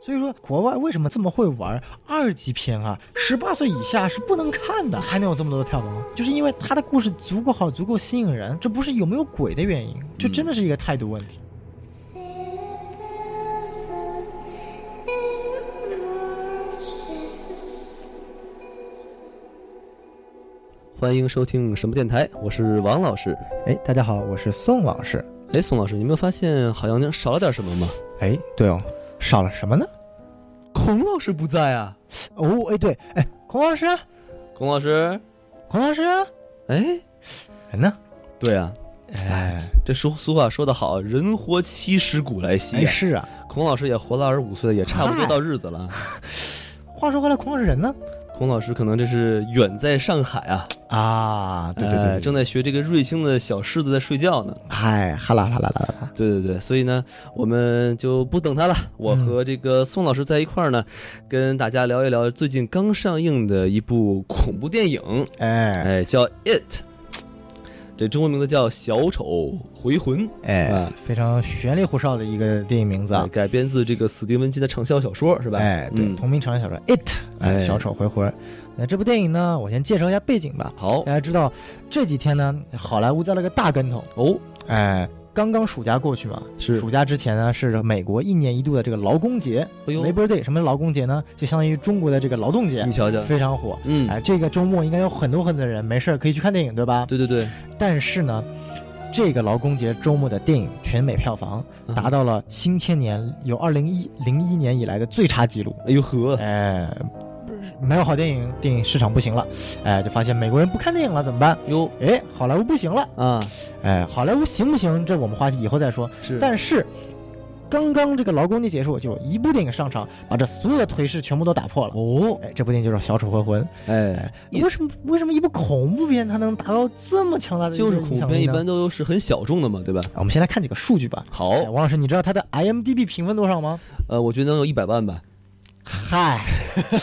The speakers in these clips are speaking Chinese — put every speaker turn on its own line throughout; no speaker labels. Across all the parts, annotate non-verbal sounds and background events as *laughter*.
所以说，国外为什么这么会玩二级片啊？十八岁以下是不能看的，还能有这么多的票房，就是因为它的故事足够好，足够吸引人。这不是有没有鬼的原因，这真的是一个态度问题。
欢迎收听什么电台，我是王老师。
哎，大家好，我是宋老师。
哎，宋老师，你有没有发现好像少了点什么吗？
哎，对哦，少了什么呢？
孔老师不在啊。
哦，哎，对，哎，孔老师，
孔老师，
孔老师，
哎，
人呢？
对啊，
哎，
这俗俗话说得好，人活七十古来稀、
没
啊。
事啊。
孔老师也活了二十五岁，也差不多
嗨
到日子了。
话说回来，孔老师人呢？
孔老师可能这是远在上海啊，
啊，对对对，
哎正在学这个瑞星的小狮子在睡觉呢。
嗨，哈啦哈啦啦啦啦，
对对对，所以呢，我们就不等他了。我和这个宋老师在一块儿呢，
嗯
跟大家聊一聊最近刚上映的一部恐怖电影，
哎
哎，叫《It》，这中文名字叫《小丑回魂》，
哎
啊，
非常玄里胡哨的一个电影名字啊
哎。改编自这个斯蒂文金的畅销小说，是吧？
哎，对，
嗯
同名长篇小说《It》，哎，
哎
小丑回魂。那这部电影呢，我先介绍一下背景吧。
好
大家知道，这几天呢，好莱坞栽了个大跟头，
哦，
哎，刚刚暑假过去嘛，
是
暑假之前呢，是美国一年一度的这个劳工节
哎呦，
（Labor Day）。什么是劳工节呢？就相当于中国的这个劳动节
你，瞧瞧，
非常火。
嗯，
哎，这个周末应该有很多很多人没事儿可以去看电影，对吧？
对对对，
但是呢，这个劳工节周末的电影全美票房
嗯
达到了新千年有二零一零一年以来的最差纪录。
哎呦呵， *laughs*
哎，没有好电影，电影市场不行了，哎，就发现美国人不看电影了，怎么办？
哟
哎，好莱坞不行了，
啊，
哎，好莱坞行不行？这我们话题以后再说。
是，
但是，刚刚这个劳工节结束，就有一部电影上场，把这所有的颓势全部都打破了。哦，哎，这部电影就是《小丑回魂》。
哎，
为什么为什么一部恐怖片它能达到这么强大的
就是
个
恐
影
怖
响力
片一
呢啊
般哦都是很小众的嘛，对吧？
我们先来看几个数据吧。
好，
哎王老师，你知道它的 IMDB 评分多少吗？
呃，我觉得能有一百万吧。
嗨， *laughs*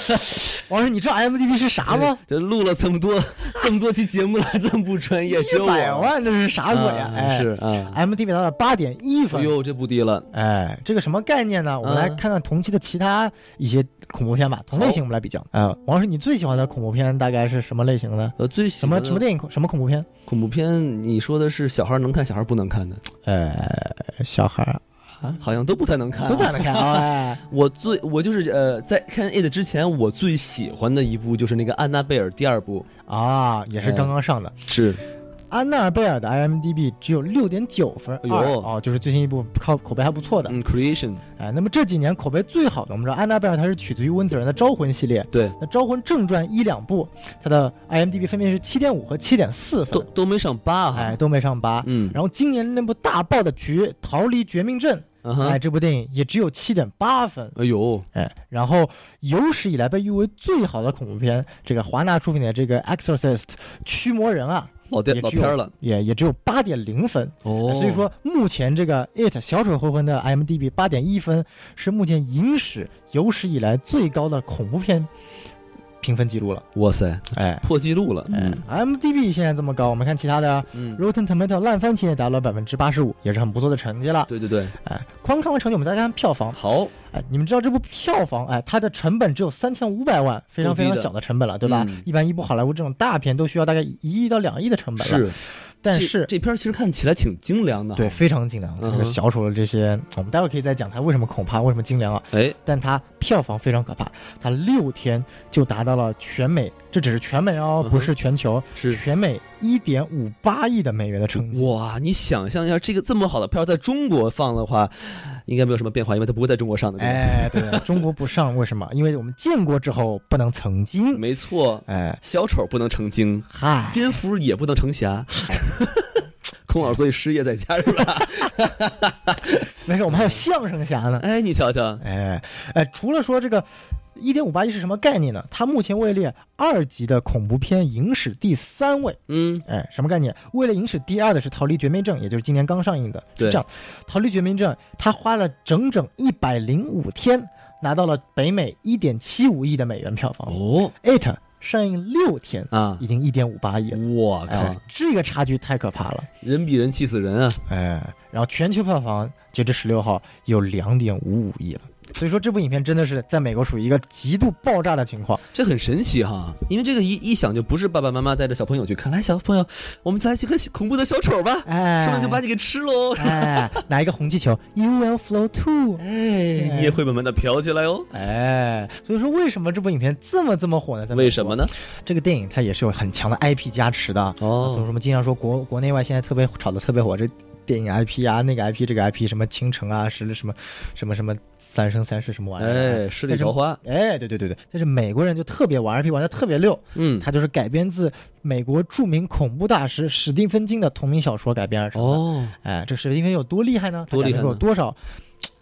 王老师，你知道 IMDB 是啥吗？
这录了这么多这么多期节目了，这么不专业，只有我
一百万这是啥鬼呀、
啊
哎，
是啊，
MDB 达到八点一
哎
分。
呦，这嗯不低了。
哎，这个什么概念呢？我们来看看同期的其他一些恐怖片吧，同类型我们来比较。
嗯
啊、王老师，你最喜欢的恐怖片大概是什么类型的？
呃，最喜
什么
欢
什么
的
电影？什么恐怖片？
恐怖片？你说的是小孩能看，小孩不能看的，
呃，小孩儿
好像都不太能看啊、
都看
*laughs*
得看啊、哎
我最我就是呃，在看 it 之前，我最喜欢的一部就是那个《安娜贝尔》第二部，
啊，也是
嗯
刚刚上的。
是
安娜贝尔的 IMDB 只有六点九分，
哎呦
二哦，就是最新一部靠口碑还不错的。
嗯，Creation，
哎，那么这几年口碑最好的，我们知道安娜贝尔它是取自于温子仁的《招魂》系列，
对，
那《招魂正传》一两部，它的 IMDB 分别是七点五和七点四
都
分，
都没上八哈，
哎，都没上八。
嗯，
然后今年那部大爆的《绝逃离绝命镇》，
嗯
哎，
哼，
这部电影也只有七点八分，
哎呦，
哎，然后有史以来被誉为最好的恐怖片，这个华纳出品的这个《Exorcist》驱魔人啊，
老电
也
老
只有
片儿了，
也也只有八点零分。
哦
哎所以说，目前这个《It 小丑回魂》的 IMDB 八点一分是目前影史有史以来最高的恐怖片评分记录了。
哇塞，
哎，
破纪录了，嗯
m d b 现在这么高，我们看其他的啊
嗯，
Rotten Tomato 烂番茄也达到了百分之八十五，也是很不错的成绩了。
对对对，
哎，光看完成绩，我们再看票房。
好，
哎，你们知道这部票房，哎，它的成本只有三千五百万，非常
不低
非常
的
小的成本了，对吧？
嗯
一般一部好莱坞这种大片都需要大概一亿到两亿的成本了。
是，
但
这
是
这片儿其实看起来挺精良的，
对，，非常精良。
嗯哼
那个小丑的这些，我们待会儿可以再讲它为什么恐怕，为什么精良啊？
哎，
但它票房非常可怕，它六天就达到了全美，这只是全美哦，
嗯哼
不是全球，
是。
全美一点五八亿的美元的成绩。
哇，你想象一下，这个这么好的片儿在中国放的话，应该没有什么变化，因为它不会在中国上的。对吧
哎，对，中国不上，为什么？因为我们建国之后不能曾经。
没错，
哎，
小丑不能成精，
嗨，
蝙蝠也不能成侠。
哎
*laughs* 空耳所以失业在家是吧？
没事，我们还有相声侠呢。
哎，你瞧瞧，
哎，哎，除了说这个一点五八一是什么概念呢？它目前位列二级的恐怖片影史第三位。
嗯，
哎，什么概念？位列影史第二的是《逃离绝命镇》，也就是今年刚上映的。
对
是这样，《逃离绝命镇》它花了整整一百零五天，拿到了北美一点七五亿的美元票房。
哦
It》上映六天，
啊，
已经一点五八亿了。
我
哎
靠，，
这个差距太可怕了。
人比人气死人啊！
哎，然后全球票房截至十六号有两点五五亿了。所以说这部影片真的是在美国属于一个极度爆炸的情况。
这很神奇哈，因为这个一一想就不是爸爸妈妈带着小朋友去看，来小朋友，我们再去看恐怖的小丑吧，
哎，
说不定就把你给吃喽。
哎拿一个红气球，You will flow too。
哎，你也会慢慢的飘起来哦。
哎，所以说为什么这部影片这么这么火呢？在美国
为什么？呢？
这个电影它也是有很强的 IP 加持的。
哦
所以我们经常说国国内外现在特别炒的特别火，这电影 IP 啊，那个 IP，这个 IP 什么倾城啊，什么什么什么什么三生三世什么玩意儿、啊。
哎，十里桃花，
哎，对对对对，但是美国人就特别玩 IP 玩的特别溜，
嗯，
它就是改编自美国著名恐怖大师史蒂芬金的同名小说改编而成的。
哦，
哎，这个史蒂芬有多厉害呢？
多厉害呢
他改编过有多少？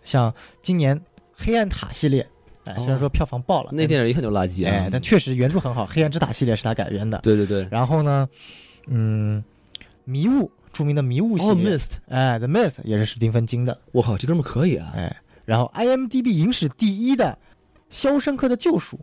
像今年《黑暗塔》系列，哎，
哦
虽然说票房爆了，
那电影一看就垃圾
但哎
啊，。
但确实原著很好，《黑暗之塔》系列是他改编的。
对对对，
然后呢，嗯，迷雾著名的迷雾系
哦
列，
，Mist，
哎，《The Mist》也是史蒂芬金的，
我靠，这哥们儿可以啊！
哎，然后 IMDB 影史第一的《肖申克的救赎》。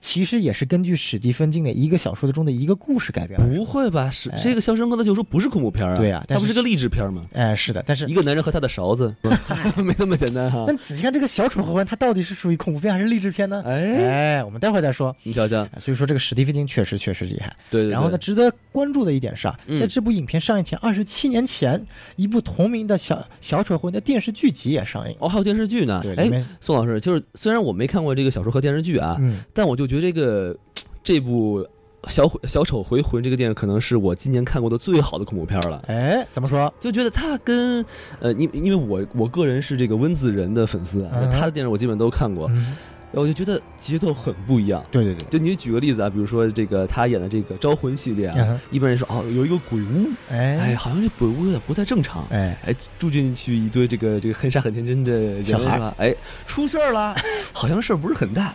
其实也是根据史蒂芬金的一个小说中的一个故事改编。
不会吧？是这个《肖申克的救赎》不是恐怖片啊？
哎对啊
它
但是
不是个励志片吗？
哎，是的，但是
一个男人和他的勺子， *laughs* 没这么简单哈。
但仔细看这个小丑和魂，它到底是属于恐怖片还是励志片呢？
哎，
*laughs* 哎，我们待会儿再说。
你瞧瞧，
哎所以说这个史蒂芬金确实确实厉害。
对对对。
然后呢，值得关注的一点是啊，
嗯
在这部影片上映前二十七年前，一部同名的小小丑魂的电视剧集也上映。
哦，还有电视剧呢
对，。里
哎，
面
宋老师，就是虽然我没看过这个小说和电视剧啊，
嗯，
但我就觉得这个这部小《小丑回魂》这个电影可能是我今年看过的最好的恐怖片了。
哎，怎么说？
就觉得他跟，呃，因因为我我个人是这个温子仁的粉丝啊，
嗯哼
他的电影我基本都看过，
嗯，
然后我就觉得节奏很不一样。
对对对，
就你举个例子啊，比如说这个他演的这个《招魂》系列
嗯
啊，
哼
一般人说哦有一个鬼屋，哎，
哎
好像这鬼屋有点不太正常，
哎，
哎，住进去一堆这个这个很傻很天真的人
小孩儿
是吧？哎，出事儿 *laughs* 了，好像事儿不是很大，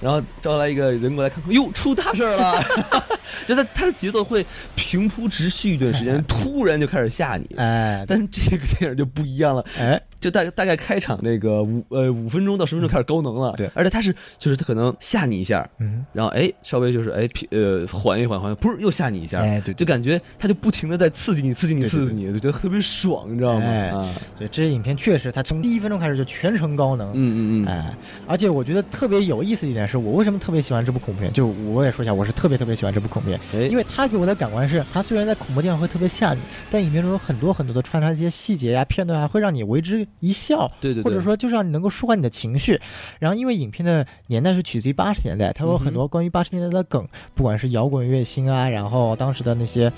然后招来一个人过来看看，哟，出大事儿了， *laughs* 就在他的节奏会平铺直叙一段时间， *laughs* 突然就开始吓你。
哎，
但是这个电影就不一样了，
哎，
就大大概开场那个五呃五分钟到十分钟就开始高能了，
嗯对
而且他是就是他可能吓你一下，
嗯，
然后哎稍微就是哎平呃缓一缓缓一缓，不是又吓你一下，
哎，对，
就感觉他就不停的在刺激你刺激你
对对
刺激你，就觉得特别爽，你知道吗？
哎
啊
所以这影片确实，它从第一分钟开始就全程高能。
嗯嗯嗯，
哎，而且我觉得特别有意思一点是，我为什么特别喜欢这部恐怖片？就我也说一下，我是特别特别喜欢这部恐怖片，
哎，
因
为
为它给我的感官是，它虽然在恐怖电影会特别吓你，但影片中有很多很多的穿插一些细节呀、片段啊，会让你为之一笑，
对对对
或者说就让你能够舒缓你的情绪。然后因为影片的年代是取自于八十年代，
嗯
它有很多关于八十年代的梗，不管是摇滚乐星啊，然后当时的那些，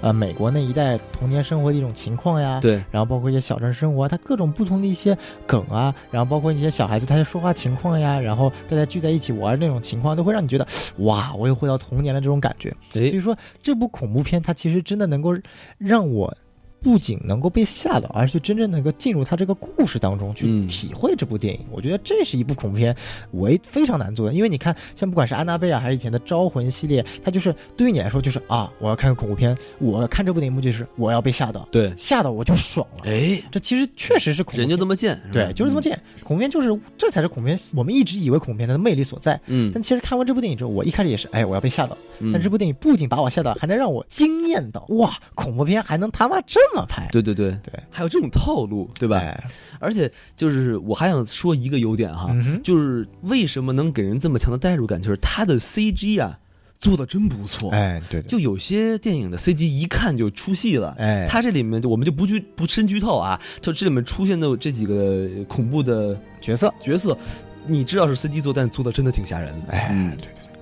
呃，美国那一代童年生活的一种情况呀，
对，
然后包括一些小镇生活，它各种不同的一些梗啊，然后包括一些小孩子他的说话情况呀，然后大家聚在一起玩那种情况，都会让你觉得哇，我又回到童年的这种感觉。所以
哎，
说这部恐怖片它其实真的能够让我。不仅能够被吓到，而且真正能够进入它这个故事当中去
嗯
体会这部电影。我觉得这是一部恐怖片为非常难做的，因为你看，像不管是安娜贝尔还是以前的招魂系列，它就是对于你来说就是啊，我要看个恐怖片，我看这部电影目的就是我要被吓到，
对，
吓到我就爽了。
哎，
这其实确实是恐怖
人就这么嗯贱，是吧
对，就是这么，贱。恐怖片就是这才是恐怖片，我们一直以为恐怖片它的魅力所在。
嗯，
但其实看完这部电影之后，我一开始也是，哎，我要被吓到。
嗯
但这部电影不仅把我吓到，还能让我惊艳到。哇，恐怖片还能他妈这么拍？
对对对
对，
还有这种套路，对吧？
哎
而且就是我还想说一个优点哈，
嗯哼
就是为什么能给人这么强的代入感，就是它的 CG 啊做的真不错，
哎，对对，
就有些电影的 CG 一看就出戏了，
哎
它这里面我们就不剧不深剧透啊，就这里面出现的这几个恐怖的
角色，
角色，你知道是 CG 做，但做的真的挺吓人的，
哎
嗯，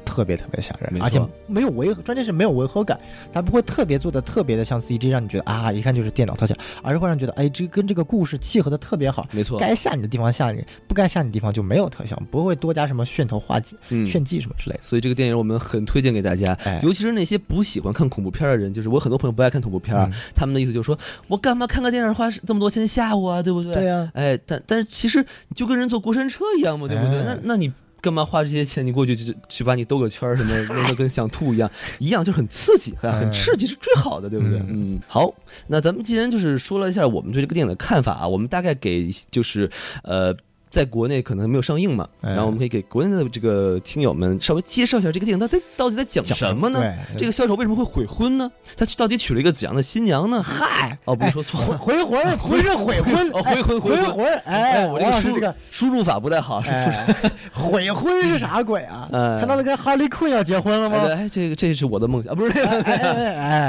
特别特别吓
没
人，
错
而且没有违，关键是没有违和感，它不会特别做的特别的像 CG，让你觉得啊一看就是电脑特效，而是会让你觉得哎这跟这个故事契合的特别好，
没错，
该吓你的地方吓你，不该吓你的地方就没有特效，不会多加什么噱头画技、
嗯
炫技什么之类的。
所以这个电影我们很推荐给大家，
哎
尤其是那些不喜欢看恐怖片的人，就是我有很多朋友不爱看恐怖片，啊
嗯
他们的意思就是说我干嘛看个电影花这么多钱吓我啊，对不对？
对呀、
哎，但但是其实你就跟人坐过山车一样嘛，对不对？
哎
那那你干嘛花这些钱？你过去去去把你兜个圈儿什么，弄得跟想吐一样，一样就很刺激，很很
嗯
刺激是最好的，对不对？
嗯
嗯，好，那咱们既然就是说了一下我们对这个电影的看法啊，我们大概给就是呃。在国内可能没有上映嘛，
哎
然后我们可以给国内的这个听友们稍微介绍一下这个电影，它它到底在讲
讲
什么呢？
对
这个小丑为什么会悔婚呢？他到底娶了一个怎样的新娘呢？
嗨，哎
哦，不是说错了，
回魂儿不是悔婚，
哦 *laughs* 回魂
回
回
魂儿，哎，
我这个
王老
输入
师这个
输入法不太好，是不是？
哎，悔婚是啥鬼啊？
哎
他难道跟哈利坤要结婚了
哎，对
吗？
哎，这个这是我的梦想，不是这
哎
个。
哎哎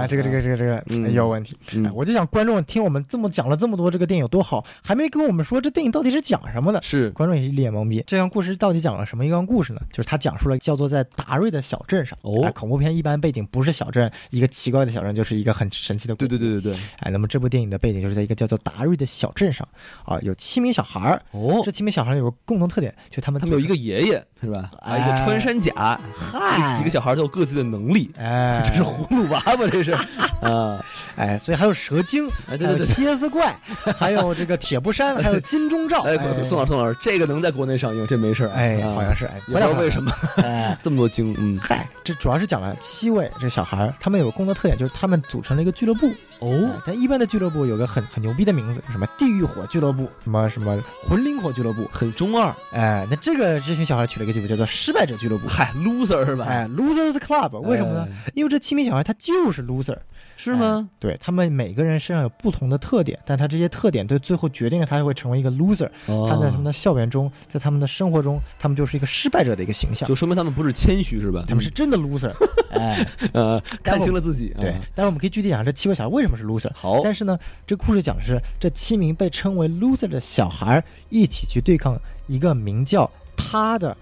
哎，这个这个这个这个
嗯
有问题。哎
嗯，
我就想观众听我们这么讲了这么多这个电影有多好，还没跟我们说这电影到底是讲什么呢？
*laughs* 是
观众也是一脸懵逼，这段故事到底讲了什么一段故事呢？就是他讲述了叫做在达瑞的小镇上，
哦
哎恐怖片一般背景不是小镇，一个奇怪的小镇就是一个很神奇的鬼
对对对对对，
哎，那么这部电影的背景就是在一个叫做达瑞的小镇上啊，有七名小孩儿。
哦
这，七名小孩儿有个共同特点，就他们
他们有
就是
一个爷爷是吧？啊，
哎
一个穿山甲，
嗨，
几个小孩都有各自的能力，
哎，
这是葫芦娃吧？
*laughs*
这是啊，
哎，所以还有蛇精，
哎对对对
还有蝎
*laughs*
子怪，还有这个铁布衫，还有金钟罩。
哎，
哎，
宋老师宋老师，这个能在国内上映，这没事儿。
哎，
啊
好像是哎，
也不知道为什
*laughs*
么
哎。
这么多精，嗯，
嗨，这主要是讲了七位这小孩儿，他们有个共同特点，就是他们组成了一个俱乐部。哎
哦，
但一般的俱乐部有个很很牛逼的名字，什么地狱火俱乐部，什么什么魂灵火俱乐部。
很中二，
哎，那这个这群小孩取了一个节目叫做失败者俱乐部。
嗨，loser 哎是吧？
哎，Losers Club，为什么呢？因为这七名小孩他就是 loser，
是吗？
对他们每个人身上有不同的特点，但他这些特点对最后决定了他会成为一个 loser。他在他们
哦，
的校园中，在他们的生活中，他们就是一个失败者的一个形象
就。嗯说明他们不是谦虚是吧？
他
*laughs*
们是真的 loser，哎，
呃，
待会
看
儿
清了自己，
对
啊。
但是我们可以具体讲这七位小孩为什么是 loser。
好，
但是呢，这故事讲的是这七名被称为 loser 的小孩一起去对抗一个名叫他的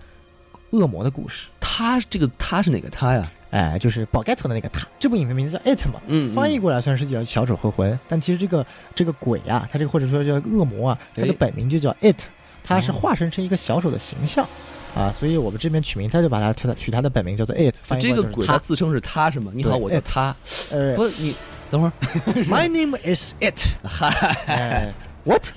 恶魔的故事。
他这个他是哪个他呀？
哎，就是宝盖头的那个他，这部影片名字叫《It》嘛，
嗯嗯
翻译过来虽然是叫《小丑回魂》，但其实这个这个鬼啊，他这个或者说叫恶魔啊，他的
哎
本名就叫 It，他是化身成一个小丑的形象。啊，所以我们这边取名，他就把它取它取它的本名叫做 it，翻译
这
过
个
来就是
鬼他
他。
自称是他是吗？你好，
对
我叫
哎
他。
呃
不，你等会儿，
，My name is it
*laughs*
哎。What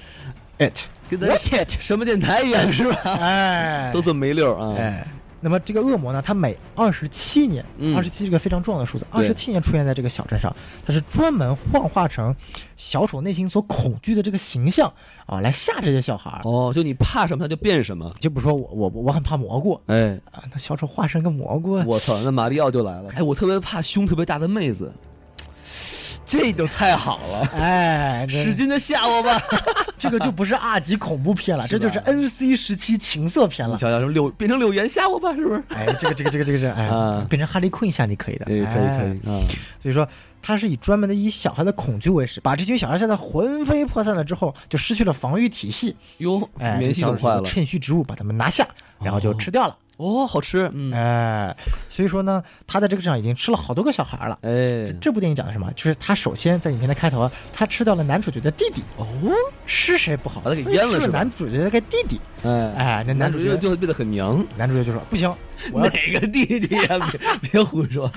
哎 it？
跟咱
What it？
什么电台一样是吧？
哎，
都这么没溜儿啊！
哎。那么这个恶魔呢，他每二十七年，
嗯
二十七是个非常重要的数字，二
对
十七年出现在这个小镇上，他是专门幻化成小丑内心所恐惧的这个形象啊，来吓这些小孩儿。
哦，就你怕什么，他就变什么。
就不说我我我很怕蘑菇
哎，
啊，那小丑化身个蘑菇，
我操，那马里奥就来了。哎，我特别怕胸特别大的妹子，这就太好
*laughs*
了，
哎，这
使劲的吓我
*laughs*
吧！
这个就不是二级恐怖片了，这就是 N C 时期情色片
你
了。
想想，什么柳变成柳岩吓我吧，是不是？
哎，这个这个这个这个是哎
*laughs* 啊，
变成哈利坤一下你可以的，哎
哎可以啊！
所以说，他是以专门的以小孩的恐惧为食，把这群小孩吓得魂飞魄散了之后，就失去了防御体系，
哟，
哎，
棉系
这
统
个小
坏
丑
了
就。趁虚植入把他们拿下，然后就吃掉了。
哦，好吃，嗯，
哎，所以说呢，他在这个镇上已经吃了好多个小孩了。
哎，
这部电影讲的什么？就是他首先在影片的开头，他吃掉了男主角的弟弟，
哦，
是谁不好，
把他给
非
阉了
吃
是吧
男主角的个弟弟，
哎，
哎，那男
男
主
主
角
角就变得很娘。
男主角就说不行，我要
哪个弟弟
*laughs*
呀、别别胡说，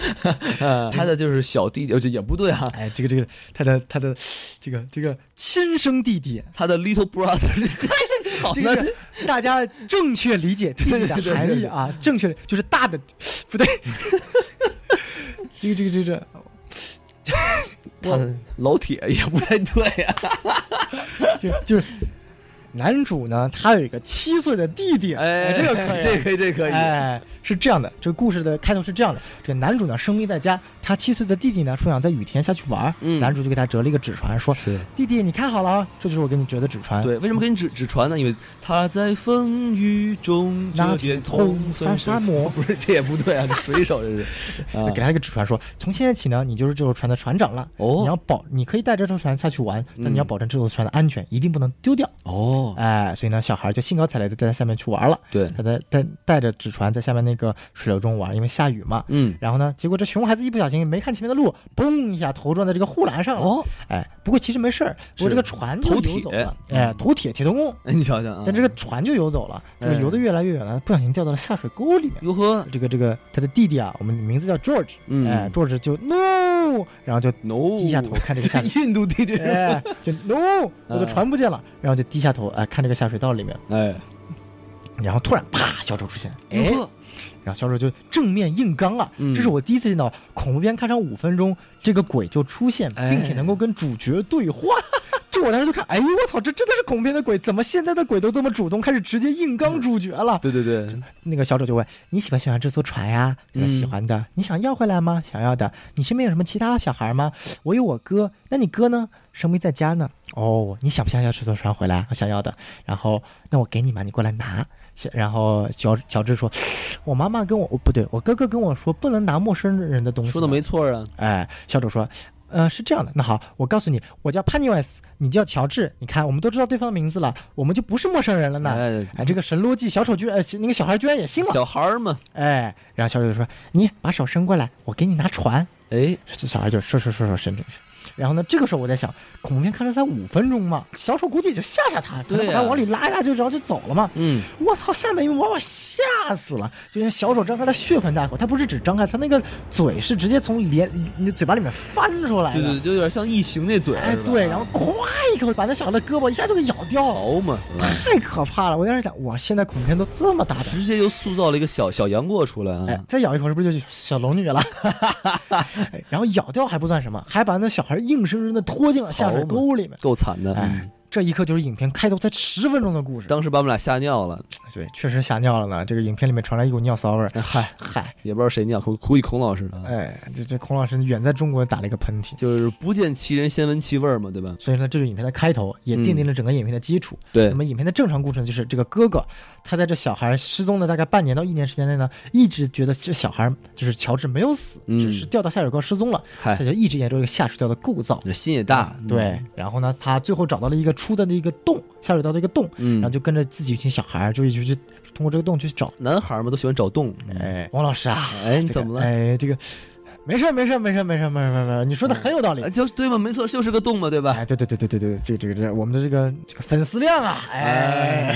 他的就是小弟弟，呃这也不对啊。
哎，这个这个他的他的这个这个亲生弟弟，
他的 little brother，好
这
难
个是大家正确理
*laughs*
解弟弟的含义啊，正确就是大的 *laughs* 不对，这个这个这个这个
他的老铁也不太对啊
*laughs*
呀、
就就是男主呢，他有一个七岁的弟弟，
哎，
这个可以，啊
这可以，这可以。
哎，是这样的，这个故事的开头是这样的：这男主呢生病在家，他七岁的弟弟呢说想在雨田下去玩儿，
嗯
男主就给他折了一个纸船，说
是，
弟弟你看好了啊，这就是我给你折的纸船。
对，为什么给你指指传呢？因为他在风雨中
那
折叠
天空
同
翻沙漠
*laughs* 不是，这也不对啊，这水手这
*laughs*
是啊
给他一个纸船说，从现在起呢，你就是这艘船的船长了。
哦
你要保，你可以带这艘船下去玩，但你要
嗯
保证这艘船的安全，一定不能丢掉。
哦，
哎，所以呢，小孩就兴高采烈的在下面去玩了，
对，
他在带带着纸船在下面那个水流中玩，因为下雨嘛。
嗯，
然后呢，结果这熊孩子一不小心没看前面的路，嘣一下头撞在这个护栏上了。
哦，
哎，不过其实没事儿，不过这个船就
头
游
铁
走了，哎，头铁铁头功，
哎，你瞧瞧啊，
但这个船就游走了，这个
哎
游得越来越远了，不小心掉到了下水沟里面。
如何
这个这个他的弟弟啊，我们名字叫 George，
嗯
哎，George 就 no，然
*laughs*
后就
？no，
低下头看这个下水
印度弟弟，
哎，就 no，我的船不见了，然后就低下头哎看这个下水道里面，
哎，
然后突然啪，小丑出现，
如
哎，
何
然后小丑就正面硬刚啊，
嗯
这是我第一次见到恐怖片看上五分钟，这个鬼就出现，
哎
并且能够跟主角对
*laughs*
话。就我当时就看，哎呦我操，这真的是恐怖片的鬼，怎么现在的鬼都这么主动，开始直接硬
嗯
刚主角了？
对对对，
那个小丑就问：“你喜不喜欢这艘船呀、他说：“
嗯
喜欢的。你想要回来吗？想要的。你身边有什么其他的小孩吗？我有我哥，那你哥呢？生病在家呢。哦，你想不想要这艘船回来？我啊想要的。然后那我给你嘛，你过来拿。小然后乔乔治说：我妈妈跟我，哦不对，我哥哥跟我说不能拿陌生人的东西。
说的没。错啊，
哎，小丑说。”呃，是这样的，那好，我告诉你，我叫潘尼维斯，你叫乔治。你看，我们都知道对方的名字了，我们就不是陌生人了呢。
哎
哎，这个神逻辑小丑居然，呃，那个小孩居然也信了。
小孩儿嘛，
哎，然后小丑就说：“你把手伸过来，我给你拿船。
哎，”
这小孩就收收收收伸出去。然后呢，这个时候我在想，恐怖片看了才五分钟嘛，小丑估计也就吓吓他，可能
对
把
呀
他往里拉一拉就然后就走了嘛。
嗯，
我操！下面一幕把我吓死了，就是小丑张开了血盆大口，他不是只张开，他那个嘴是直接从脸、你嘴巴里面翻出来
对对，
的。
就有点像异形那嘴，
哎
是，吧
对，然后咵一口把那小孩的胳膊一下就给咬掉了，
毛嘛，
太可怕了！我当时想，哇，现在恐怖片都这么大胆，
直接就塑造了一个小小杨过出来
哎
啊，，
再咬一口是不是就小龙女了？ *laughs* 哎然后咬掉还不算什么，还把那小孩硬生生的拖进了下水沟里面。
够惨的。
哎
嗯，
这一刻就是影片开头才十分钟的故事。
当时把我们俩吓尿了，
对，确实吓尿了呢。这个影片里面传来一股尿骚味儿。嗨嗨，
也不知道谁尿，估估计孔老师的，
哎，这这孔老师远在中国打了一个喷嚏。
就是不见其人先闻其味儿嘛，对吧？
所以呢，这就是影片的开头，也奠定了整个影片的基础。
嗯对
那，么影片的正常故事呢，就是这个哥哥，他在这小孩失踪的大概半年到一年时间内呢，一直觉得这小孩就是乔治没有死，
嗯
只是掉到下水沟失踪了，
嗨
他，就一直研究这个下水道的构造。
这心也大，哎嗯，
对，然后呢，他最后找到了一个出的那个洞，下水道的一个洞，
嗯
然后就跟着自己一群小孩儿，就一直去通过这个洞去找。
男孩嘛都喜欢找洞，
哎，王老师啊，
哎，你
这个
怎么了？
哎，这个没事儿，没事儿，没事儿，没事儿，没事儿，没事儿没事儿，你说的很有道理
哎，。就对嘛，没错，就是个洞嘛，对吧？
哎，对对对对对对，这个这个这个我们的这个这个粉丝量啊，哎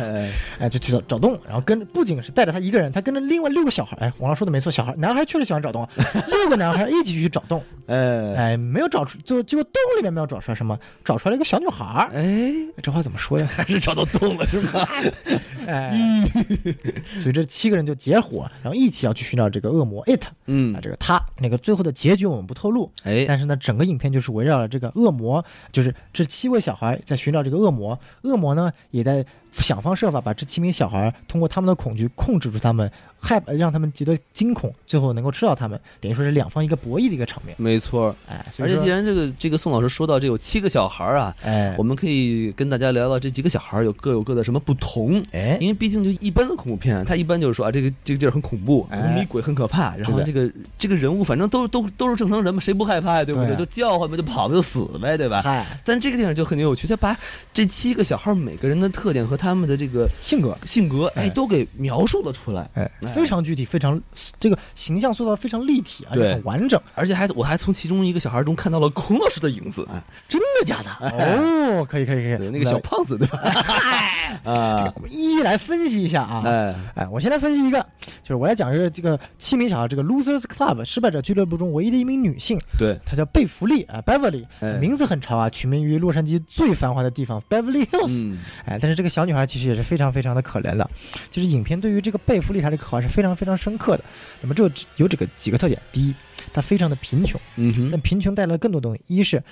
哎，
哎，就去找找洞，然后跟着不仅是带着他一个人，他跟着另外六个小孩儿。哎，王老师说的没错，小孩男孩确实喜欢找洞，啊六个男孩一起去找洞，
哎，
哎，没有找出，就结果洞里面没有找出来什么，找出来了一个小女孩儿。
哎，
这话怎么说呀？
*laughs* 还是找到洞了是吧？
*laughs*
嗯
哎， *laughs* 所以这七个人就结伙，然后一起要去寻找这个恶魔 it 啊，
嗯，
这个他那个最后的结局我们不透露，
哎，
但是呢，整个影片就是围绕了这个恶魔，就是这七位小孩在寻找这个恶魔，恶魔呢也在想方设法把这七名小孩通过他们的恐惧控制住他们，害让他们觉得惊恐，最后能够吃到他们，等于说是两方一个博弈的一个场面。
没错。
哎，所
而
以
且既
说，
然这个这个宋老师说到这有七个小孩儿啊，
哎
我，们可以跟大家聊聊这几个小孩儿有各有各的什么不同。
哎，
因为毕竟就一般的恐怖片啊，它一般就是说啊，这个这个地儿很恐怖，
哎
迷鬼很可怕，然后
是的
这个这个人物反正都都都是正常人嘛，谁不害怕呀，对不
对
对？
啊
就叫唤呗，就跑呗，就死呗，对吧？
嗨，
但这个电影就很有趣，他把这七个小孩每个人的特点和他们的这个
性格
性格，
哎
哎，都给描述了出来，
哎
哎，
非常具体，非常这个形象塑造得非常立体，而且
对
很完整。
而且还我还从其中一个小孩中看到了孔老师的影子，哎
真的假的？哦，可以可以可以，
哎对，那个小胖子，对吧？ *laughs* 啊，
我们一一来分析一下啊。
哎，
哎，我先来分析一个，就是我来讲是这个七名小孩，这个 Losers Club 失败者俱乐部中唯一的一名女性，
对，
她叫贝弗利啊，Beverly，
哎
名字很长啊，取名于洛杉矶最繁华的地方 Beverly Hills。
嗯，
哎，但是这个小女孩其实也是非常非常的可怜的，就是影片对于这个贝弗利她这个好是非常非常深刻的。那么这有这个几个特点，第一，她非常的贫穷。
嗯哼，
但贫穷带来了更多东西，一是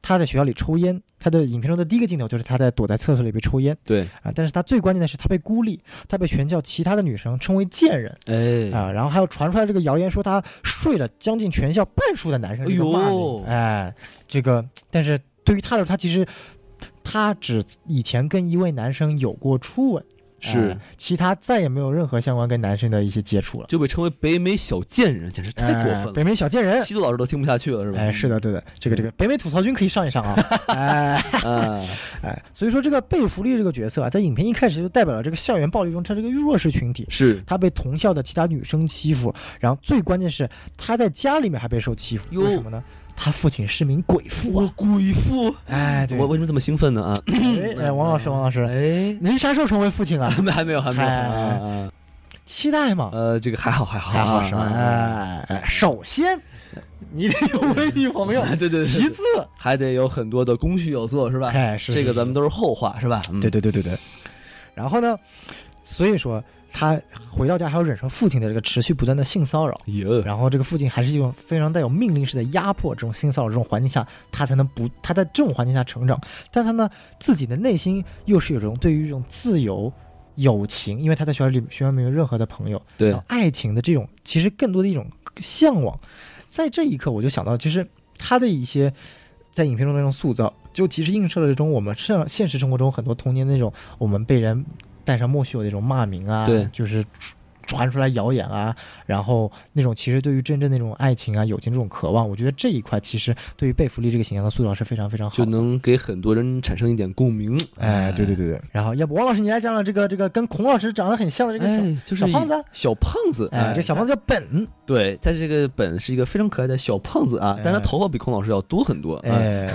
他在学校里抽烟，他的影片中的第一个镜头就是他在躲在厕所里边抽烟
对，
啊，但是他最关键的是他被孤立，他被全校其他的女生称为贱人
哎，
啊，然后还有传出来这个谣言说他睡了将近全校半数的男生，
哎呦
这个骂名哎，这个，但是对于他来说，他其实。他只以前跟一位男生有过初吻，
是
哎其他再也没有任何相关跟男性的一些接触了。
就被称为北美小贱人，简直太过分
哎
了
北。美小贱人，
西渡老师都听不下去了，是吧？嗯
哎，是的，对的，这个这个北美吐槽君可以上一
*laughs*
上啊，哎 *laughs*
啊，
哎，所以说这个贝弗利这个角色啊，在影片一开始就代表了这个校园暴力中，他这个弱势群体，
是
他被同校的其他女生欺负，然后最关键是他在家里面还被受欺负，
哟哦
为什么呢？他父亲是名鬼父
我
啊！
鬼父，
哎，对，
我为什么这么兴奋呢？啊，
哎哎，王老师，王老师，
哎， *laughs*
您啥时候成为父亲啊？
还没还没有还没有，啊啊
期待嘛，
呃，这个还好还 *laughs* 好
还好是吧？
啊，
哎，哎首先你得有位女朋友，
对对对，
*laughs* 其次，
还得有很多的工序要做，是吧？
哎，是
这个
是
咱们都是后话，是吧？嗯
对对对对对。然后呢，所以说他回到家还要忍受父亲的这个持续不断的性骚扰，
哟，
然后这个父亲还是一种非常带有命令式的压迫，这种性骚扰这种环境下，他才能不他在这种环境下成长，但他呢自己的内心又是有种对于这种自由。友情，因为他在学校里学校没有任何的朋友，
对
然后爱情的这种其实更多的一种向往，在这一刻我就想到，其实他的一些在影片中的那种塑造，就其实映射了这种我们上现实生活中很多童年那种我们被人带上莫须有的那种骂名啊，
对
就是传传出来谣言啊，然后那种其实对于真正那种爱情啊、友情这种渴望，我觉得这一块其实对于贝弗利这个形象的塑造是非常非常好
就
的。
能给很多人产生一点共鸣。
哎，对对对对，然后要不王老师你来讲讲这个这个跟孔老师长得很像的这个小，
哎，就是
小胖子啊
小胖子，
哎，这小胖子叫本，
对，在这个本是一个非常可爱的小胖子啊，但是他
哎
头发比孔老师要多很多。嗯
哎，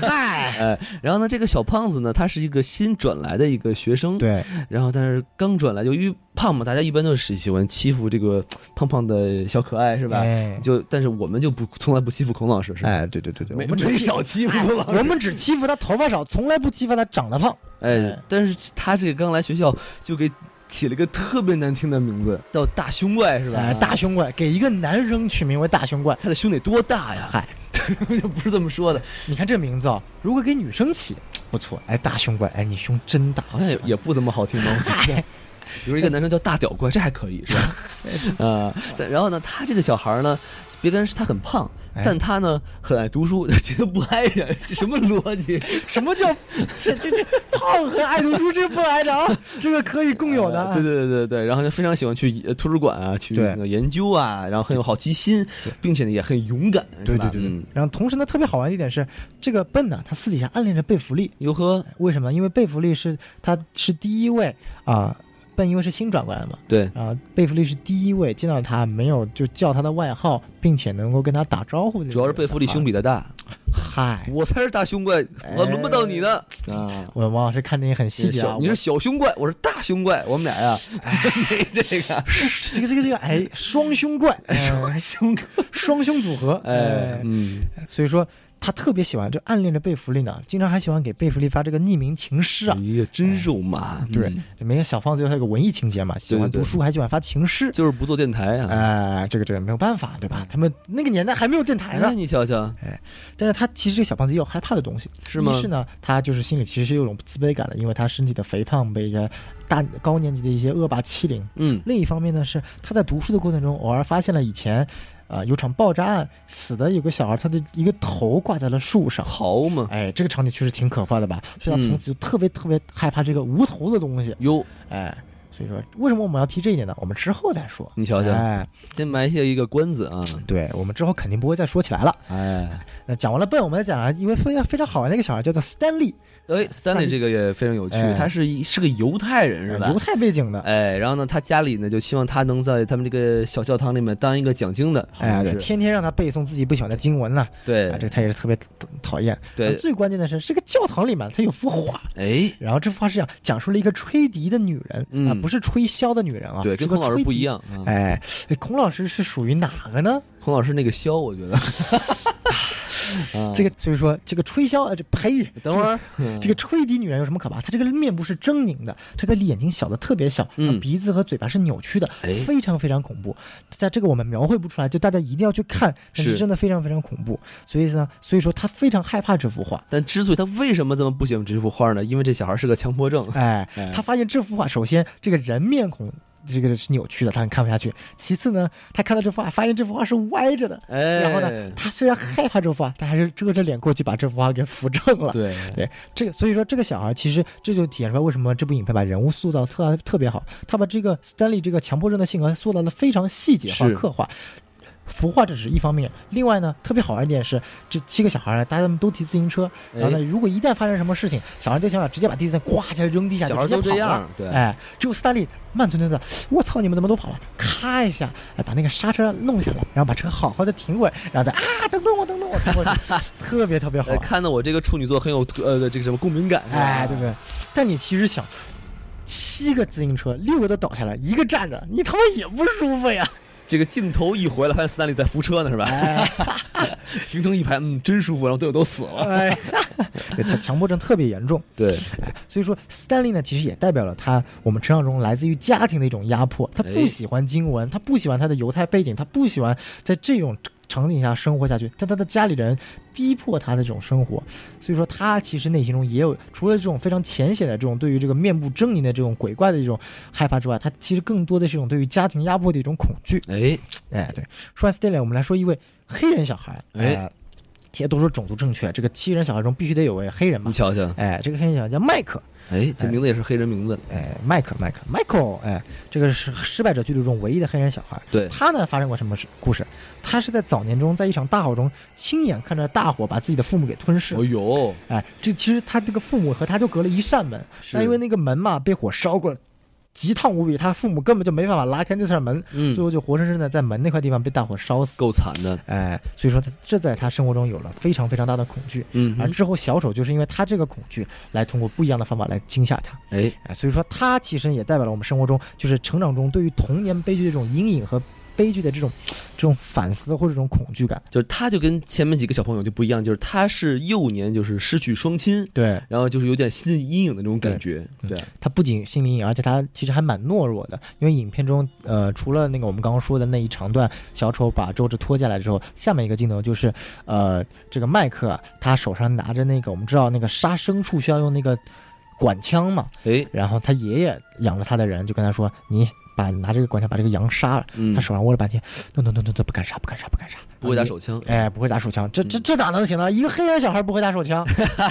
嗨，
哎，然后呢，这个小胖子呢，他是一个新转来的一个学生，，
对，
然后但是刚转来，由于胖嘛，大家一般都是喜欢欺负这个胖胖的小可爱，是吧？
哎
就但是我们就不从来不欺负孔老师，是吧？
哎，对对对对，
没
我们只
没
欺
少欺负 *laughs*
哎
孔老师
我们只欺负他头发少，从来不欺负他长得胖。
哎，但是他这个刚来学校就给起了一个特别难听的名字，叫大胸怪，是吧？
哎，大胸怪给一个男生取名为大胸怪，
他的胸得多大呀？
嗨，
*laughs* 就不是这么说的，
你看这名字啊、如果给女生起，不错。哎，大胸怪，哎，你胸真大，
好像也也不怎么好听吧？我觉得
哎
比如一个男生叫大屌怪，这还可以是
*laughs*
吧？啊、但然后呢，他这个小孩儿呢，别看是他很胖，
哎
但他呢很爱读书， *laughs* 这个不挨人，这什么逻
*laughs*
辑？
*laughs* 什么叫这这这胖和爱读书这不挨着啊？ *laughs* 这个可以共有的。啊
呃 *laughs* 对对对对对，然后就非常喜欢去呃图书馆啊，去
对
那个研究啊，然后很有好奇心，并且呢也很勇敢，
对
是吧
对对对
嗯。
然后同时呢，特别好玩的一点是，这个笨呢，他私底下暗恋着贝弗利，
哟呵，
为什么？因为贝弗利是他是第一位啊、笨因为是新转过来的嘛，
对，
啊，贝弗利是第一位见到他没有就叫他的外号，并且能够跟他打招呼的。
主要是贝弗利胸。比他大，
嗨，
我才是大胸怪，我轮不到你呢。啊，
我王老师看的也很哎细节啊哎
小。你是小胸怪，我是大胸怪，我们俩呀， *laughs* 没这个
我这个这个这个，哎，双胸
*laughs*
怪，哎
双胸怪，
双胸组合，
哎
哎，，
嗯，
所以说他特别喜欢，就暗恋着贝弗利呢，经常还喜欢给贝弗利发这个匿名情诗啊
哎。呀，真肉麻，
对
嗯，
每个小胖子有他有个文艺情节嘛，喜欢
对对
读
对
书，还喜欢发情诗。
就是不做电台啊。
哎，这个这个没有办法，对吧？他们那个年代还没有电台呢
哎，。你瞧瞧，
但是他其实这个小胖子也有害怕的东西，
是吗
一是呢，他就是心里其实是有种自卑感的，因为他身体的肥胖被一个大高年级的一些恶霸欺凌；
嗯，
另一方面呢，是他在读书的过程中偶尔发现了以前，呃，有场爆炸案，死的有个小孩，他的一个头挂在了树上。
好嘛，
哎，这个场景确实挺可怕的吧？
嗯
所以他从此就特别特别害怕这个无头的东西。
哟，
哎，所以说为什么我们要提这一点呢？我们之后再说。
你瞧瞧，
哎，
先埋下一个关子啊，
对，我们之后肯定不会再说起来了。
哎，
那讲完了笨，我们再讲啊，因为非常非常好玩的一个小孩叫做 Stanley，
哎，Stanley 这个也非常有趣
哎，
他是一是个犹太人是吧
呃犹？太背景的，
哎，然后呢，他家里呢就希望他能在他们这个小教堂里面当一个讲经的，好
哎，
像
对，
是
天天让他背诵自己不喜欢的经文呐，啊，这
对，
他也是特别讨讨厌。
对
然后最关键的是，这个教堂里面他有幅画，
哎，
然后这幅画是讲讲述了一个吹笛的女人，
嗯
啊，不是吹箫的女人啊，
对，
是
跟
个
孔老师不一
吹笛。
样啊，
哎，哎孔老师是属于哪个呢？
孔老师那个箫，我
*laughs*
觉得，啊
这个所以说这个吹箫，呃，这呸，
等会儿
*laughs* 这个吹笛女人有什么可怕？她这个面部是狰狞的，这个眼睛小的特别小，啊
嗯
鼻子和嘴巴是扭曲的
哎，
非常非常恐怖。在这个我们描绘不出来，就大家一定要去看，但是
是
真的非常非常恐怖。所以呢，所以说她非常害怕这幅
*laughs*
画。
但之所以他为什么这么不喜欢这幅画呢？因为这小孩是个强迫症。
哎
哎，
她发现这幅画，首先这个人面孔这个是扭曲的，他很看不下去。其次呢，他看到这幅画，发现这幅画是歪着的，
哎，
然后呢，他虽然害怕这幅画，但还是遮着脸过去把这幅画给扶正了。
对，
对，这个所以说这个小孩其实这就体现出来为什么这部影片把人物塑造特特别好，他把这个 Stanley 这个强迫症的性格塑造的非常细节化
是
刻画。服化这只是一方面，另外呢，特别好玩一点是，这七个小孩儿大家们都骑自行车，然后呢，
哎
如果一旦发生什么事情，小孩就想法直接把电线咵一下扔地下，
小孩都
就直
这
接跑了
样，对，
哎，只有斯大利慢吞吞的，我操，你们怎么都跑了？咔一下，哎，把那个刹车弄下来，然后把车好好的停稳，然后再啊，等等我，等等我，开
*laughs*
过去，特别特别好
呃
玩。
看到我这个处女座很有呃这个什么共鸣感，是吧
哎，对不对？但你其实想，七个自行车，六个都倒下来，一个站着，你他妈也不舒服呀！
这个镜头一回来，发现斯坦利在扶车呢，是吧？ *laughs* 停成一排，嗯，真舒服。然后队友都死了。
*laughs* 哎，对强强迫症特别严重，
对，
所以说斯丹利呢，其实也代表了他我们成长中来自于家庭的一种压迫，他不
哎
喜欢经文，他不喜欢他的犹太背景，他不喜欢在这种场景下生活下去，但他的家里人逼迫他的这种生活，所以说他其实内心中也有，除了这种非常浅显的这种对于这个面部狰狞的这种鬼怪的一种害怕之外，他其实更多的是一种对于家庭压迫的一种恐惧。
哎，
哎，对，说完 Stanley，我们来说一位黑人小孩。
哎
呃，现在都说种族正确，这个七人小孩中必须得有位黑人吧
你？瞧瞧，
哎，这个黑人小孩叫麦克，
哎，这名字也是黑人名字。
哎，麦克，麦克，Michael，哎，这个是失败者俱乐部中唯一的黑人小孩。
对
他呢，发生过什么事故事？他是在早年中，在一场大火中，亲眼看着大火把自己的父母给吞噬
哦。呦，
哎，这其实他这个父母和他就隔了一扇门，
是
但因为那个门嘛被火烧过，极烫无比，他父母根本就没办法拉开那扇门，
嗯
最后就活生生的在门那块地方被大火烧死。
够惨的。
哎，所以说他这在他生活中有了非常非常大的恐惧，
嗯
而
哼，
之后小丑就是因为他这个恐惧，来通过不一样的方法来惊吓他。
哎，
哎，所以说他其实也代表了我们生活中就是成长中对于童年悲剧的这种阴影和悲剧的这种这种反思或者这种恐惧感。
就是他就跟前面几个小朋友就不一样，就是他是幼年就是失去双亲，
对
然后就是有点心理阴影的那种感觉。
对
对，
他不仅心理阴影，而且他其实还蛮懦弱的，因为影片中呃除了那个我们刚刚说的那一长段小丑把周芷拖下来之后，下面一个镜头就是呃这个麦克啊他手上拿着那个我们知道那个杀牲畜需要用那个管枪嘛，
哎，
然后他爷爷养了他的人就跟他说：“你把拿这个管枪把这个羊杀了。
嗯
他，手上握了半天，咚咚咚咚咚，不敢杀，不敢杀，不敢杀。
不会打手枪。
哎，不会打手枪，这这这哪能行呢？一个黑人小孩不会打手枪，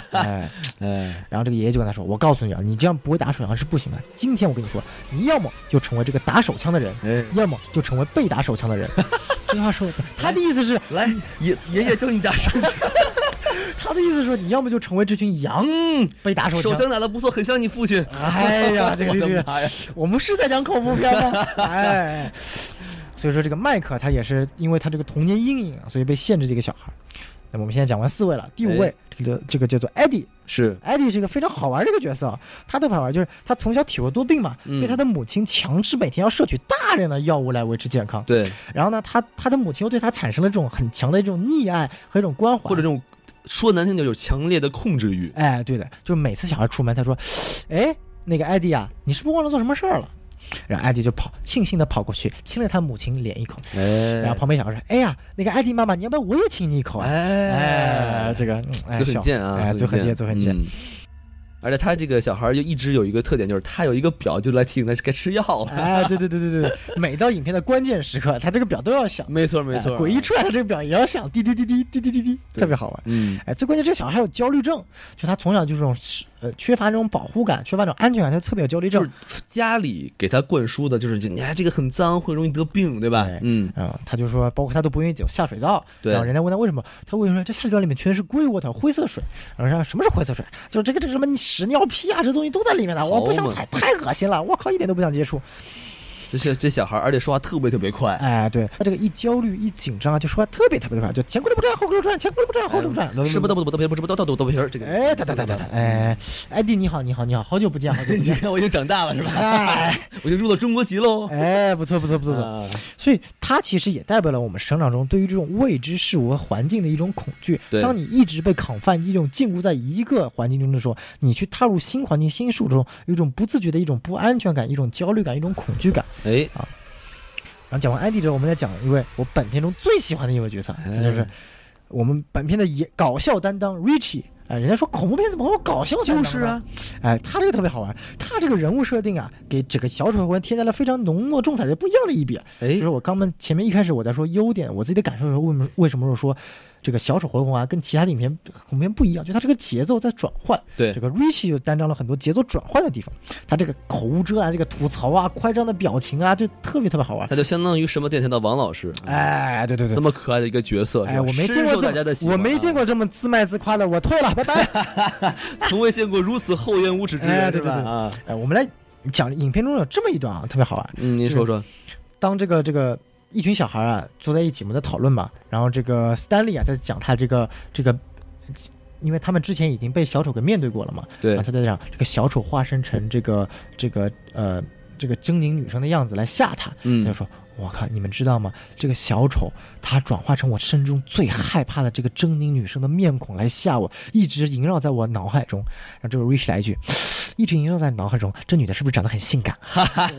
哎，
哎，
然后这个爷爷就跟他说：“我告诉你啊，你这样不会打手枪是不行的。今天我跟你说，你要么就成为这个打手枪的人，
哎，
要么就成为被打手枪的人。”这话说的，他的意思是，
来，爷爷爷教你打手枪。
他的意思是说，你要么就成为这群羊
嗯，
被打手
手
枪。
枪打的不错，很像你父亲。
哎呀，这个
我
这
的
个。
妈呀！
*laughs* 我们是在讲恐怖片
*laughs*
吗？哎，所以说这个麦克他也是因为他这个童年阴影啊，所以被限制的一个小孩。那么我们现在讲完四位了，第五位
哎
这个这个叫做 Eddie，Eddie
是，
是一个非常好玩的一个角色啊。他的好玩就是他从小体弱多病嘛，
嗯
被他的母亲强制每天要摄取大量的药物来维持健康。
对，
然后呢，他他的母亲又对他产生了这种很强的这种溺爱和一种关怀，
或者这种说难听点，就是强烈的控制欲。
哎，对的，就是每次小孩出门，他说：“哎，那个艾迪啊，你是不是忘了做什么事儿了？”然后艾迪就跑，悻悻的跑过去，亲了他母亲脸一口。
哎
然后旁边小孩说：“哎呀，那个艾迪妈妈，你要不要我也亲你一口啊？”哎，
哎，
这个嗯哎
嘴
小
很贱啊，
哎，嘴很
贱，
贱，嘴很贱。
嗯。而且他这个小孩儿就一直有一个特点，就是他有一个表，就来提醒他该吃药了。
哎，对对对对对，每到影片的关键时刻，他这个表都要响，
没错，没错。
哎鬼一出来，他这个表也要响，滴滴滴滴滴滴滴滴，
对
特别好玩。
嗯，
哎，最关键这个小孩还有焦虑症，就他从小就是这种呃缺乏这种保护感，缺乏这种安全感，他特别有焦虑症
就是。家里给他灌输的，就是你看这个很脏，会容易得病，对吧
对？
嗯，
嗯，他就说，包括他都不愿意走下水道。
对
然后人家问他为什么，他为什么说这下水道里面全是龟窝头，灰色水？然后人家说什么是灰色水？就是这个这个什么你屎尿屁啊，这东西都在里面的，我不想
好嘛
踩，太恶心了，我靠，一点都不想接触。
这小这小孩儿，而且说话特别特别快，
哎，对他这个一焦虑一紧张啊，就说话特别特别的快，就前轱辘不转后轱辘转，前轱�λ不转后轱辘转，
吃不到不不不不吃不到倒豆豆皮儿，这个。
哎，哒哒哒哒哒，哎，艾迪你好你好你好，好久不见好久不
你
见，
*laughs* 看我已经长大了是吧？
哎
*laughs* 我已经入到中国籍喽。
哎，不错不错不错不错。
啊
所以它其实也代表了我们成长中对于这种未知事物和环境的一种恐惧。
对
当你一直被 confine 一种禁锢在一个环境中的时候，你去踏入新环境、新事物中，有一种不自觉的一种不安全感、一种焦虑感、一种恐惧感。
哎，
然后讲完艾迪之后，我们再讲一位我本片中最喜欢的一位角色，
哎
这就是我们本片的也搞笑担当 Richie。哎，人家说恐怖片怎么会有搞笑担当
就
呢
是啊，，
哎，他这个特别好玩，他这个人物设定啊，给整个小丑魂添加了非常浓墨重彩的不一样的一笔。
哎
就是我刚们前面一开始我在说优点，我自己的感受的时候，为什么为什么说这个小丑回魂啊跟其他的影片恐怖片不一样？就它这个节奏在转换，
对
这个 Richie 就担当了很多节奏转换的地方，他这个口无遮拦、这个吐槽啊、夸张的表情啊，就特别特别好玩。
他就相当于什么电台的王老师，
哎，对对对
这，嗯么可爱的一个角色，是
哎，
吧
我没见
深
过
受大家
这
的
么
喜欢
我
啊
没见过这么自卖自夸的，我退了，拜拜。
*laughs* 从未见过如此厚颜无耻之人，
哎对
是吧
对对
啊，
哎，我们来讲影片中有这么一段啊，特别好玩。
嗯，您说说，
当这个这个一群小孩啊坐在一起，我们在讨论嘛，然后这个 Stanley 啊在讲他这个这个，因为他们之前已经被小丑给面对过了嘛，
对
啊然后他在讲这个小丑化身成这个这个呃这个狰狞女生的样子来吓他，
嗯
他就说。我靠！你们知道吗？这个小丑他转化成我身中最
嗯
害怕的这个狰狞女生的面孔来吓我，一直萦绕在我脑海中。然后这个 Rich 来一句，一直萦绕在脑海中，这女的是不是长得很性感？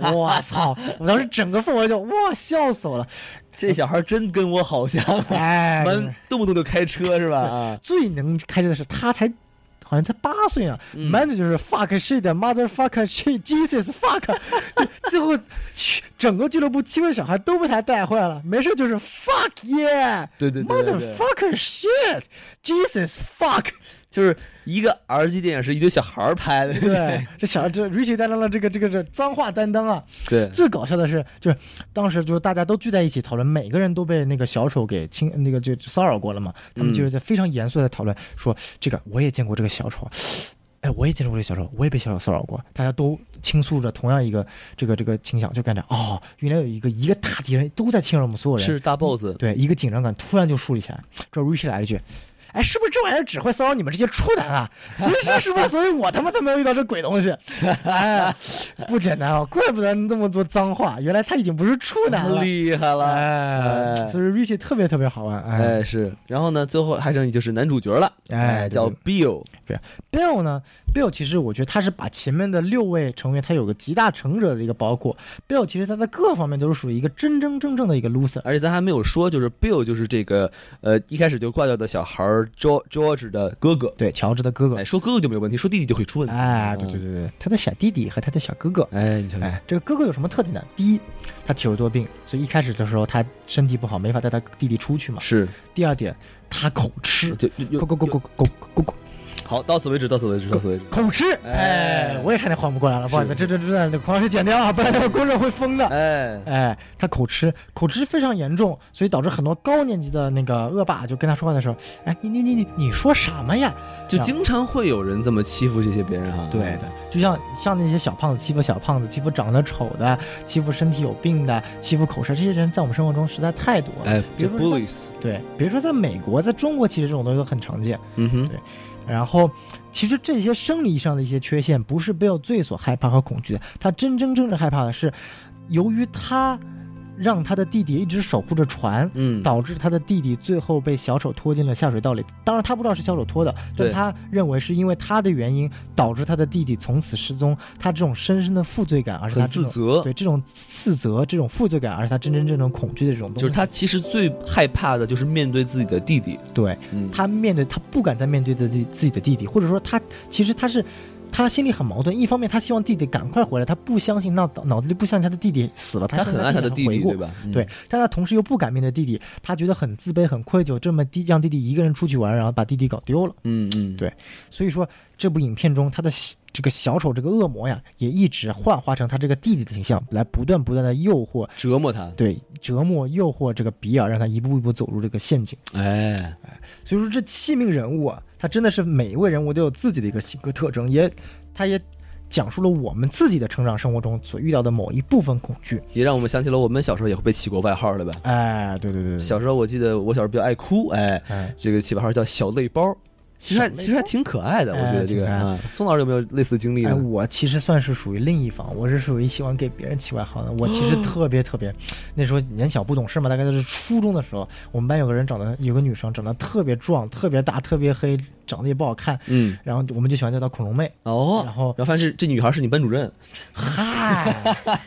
*laughs* 我操！我当时整个氛围就哇笑死我
*laughs*
了，
这小孩真跟我好像， *laughs*
哎，真
完
是
动不动就开车是吧？啊，
最能开车的是他才。好像才八岁啊，
嗯
满嘴就是 fuck shit mother fuck shit Jesus fuck，最 *laughs* 最后去整个俱乐部七个小孩都被他带坏了，没事就是 fuck yeah，
对对对对
mother
对
fucker shit
*laughs*
Jesus fuck，
就是一个 R 级电影是一堆小孩儿拍的，
对，这小这 Richie 担当了这个这个这脏话担当啊，
*laughs* 对
最搞笑的是，就是当时就是大家都聚在一起讨论，每个人都被那个小丑给侵那个就骚扰过了嘛。他
嗯
们就是在非常严肃的讨论，说这个我也见过这个小丑，哎，我也见过这个小丑，我也被小丑骚扰过。大家都倾诉着同样一个这个这个倾向，就感觉哦，原来有一个一个大敌人都在侵扰我们所有人，
是大 boss，
对一个紧张感突然就树立起来。这 Richie 来了一句。哎，是不是这玩意儿只会骚扰你们这些处男啊？所以是是不是？所以我他妈才没有遇到这鬼东西。哎，不简单啊，怪不得那么多脏话，原来他已经不是处男了。
厉害了，
哎，所以 Richie 特别特别好玩。哎
哎是，然后呢，最后还剩就是男主角了，
哎
哎，叫
对
Bill，
，Bill 呢？Bill 其实我觉得他是把前面的六位成员，他有个集大成者的一个包括。Bill 其实他在各方面都是属于一个真真正正的一个 loser。
而且咱还没有说，就是 Bill 就是这个呃一开始就挂掉的小孩儿 Jo- George 的哥哥，
对，乔治的哥哥
哎，。说哥哥就没有问题，说弟弟就会出问题，
哎，对对对对，他的小弟弟和他的小哥哥。
哎，你瞧瞧，
哎，这个哥哥有什么特点呢？第一，他体弱多病，所以一开始的时候他身体不好，没法带他弟弟出去嘛。
是，
第二点，他口吃，
就就
口口口口口口口
好，到此为止，到此为止，到此为止。
口吃。
哎
哎，我也差点缓不过来了，不好意思，这这这段黄老师剪掉
*laughs*
啊，不然那个观众会疯的。
哎，
哎，他口吃，口吃非常严重，所以导致很多高年级的那个恶霸就跟他说话的时候，哎，你你你你你说什么呀？
就经常会有人这么欺负这些别人哈。
啊对的，就像像那些小胖子欺负小胖子，欺负长得丑的，欺负身体有病的，欺负口吃，这些人在我们生活中实在太多了。
哎，
比
这
如说
bullies，
对，比如说在美国，在中国其实这种东西都很常见。
嗯哼，
然后，其实这些生理上的一些缺陷，不是 Bill 最所害怕和恐惧的，他真真正正害怕的是，由于他让他的弟弟一直守护着船。
嗯，
导致他的弟弟最后被小丑拖进了下水道里。当然，他不知道是小丑拖的，但
对
他认为是因为他的原因导致他的弟弟从此失踪。他这种深深的负罪感，而且他
很自
这种
责，
对这种自责、这种负罪感，而是他真真正正恐惧的这种东西。
就是他其实最害怕的就是面对自己的弟弟。
对，
嗯，
他面对他不敢再面对自己自己的弟弟，或者说他其实他是他心里很矛盾，一方面他希望弟弟赶快回来，他不相信脑脑子里不相信他的弟弟死了，
他
现
很
在
爱他的
还
弟
回
弟，
过
对？吧？嗯
对，，但他同时又不敢面对弟弟，他觉得很自卑、很愧疚，这么弟让弟弟一个人出去玩，然后把弟弟搞丢了。
嗯嗯，
对所以说，这部影片中他的小这个小丑这个恶魔呀，也一直幻化成他这个弟弟的形象，来不断不断的诱惑，
折磨他。
对折磨、诱惑这个比尔，让他一步一步走入这个陷阱。
哎，
所以说这七名人物啊，他真的是每一位人物都有自己的一个性格特征，也他也讲述了我们自己的成长生活中所遇到的某一部分恐惧。
也让我们想起了我们小时候也会被起过外号，对吧？
哎，对对对对，
小时候我记得我小时候比较爱哭，哎，
哎，
这个起外号叫小泪包，其实还
小泪包
其实还挺可爱的，我觉
哎
得这个
挺可爱
啊，宋老师有没有类似的经历
哎，
呢？
我其实算是属于另一方，我是属于喜欢给别人起外号的。我其实
哦
特别特别，那时候年小不懂事嘛，大概就是初中的时候，我们班有个人长得有个女生长得特别壮、特别大、特别黑，长得也不好看，
嗯，
*laughs* 然后我们就喜欢叫她恐龙妹。
哦，
然后
然后发现是这女孩是你班主任，
嗨。
*laughs*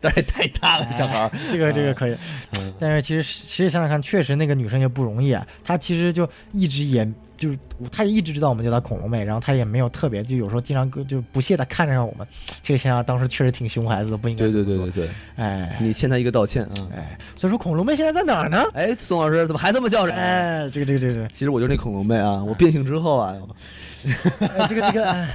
但是也太大了，小孩儿，
这个这个可以，
嗯
但是其实其实想想看，确实那个女生也不容易啊。她其实就一直也就是他一直知道我们叫他恐龙妹，然后他也没有特别，就有时候经常跟就不屑的看着我们。这个想想当时确实挺熊孩子的，不应该
对
这
对对
么做
对对，
哎
你欠他一个道歉啊！
哎，所以说恐龙妹现在在哪儿呢？
哎，宋老师怎么还这么叫人？
哎，这个这个这个
其实我就是那恐龙妹啊！我变性之后啊，
这个哎这个这个， *laughs* 哎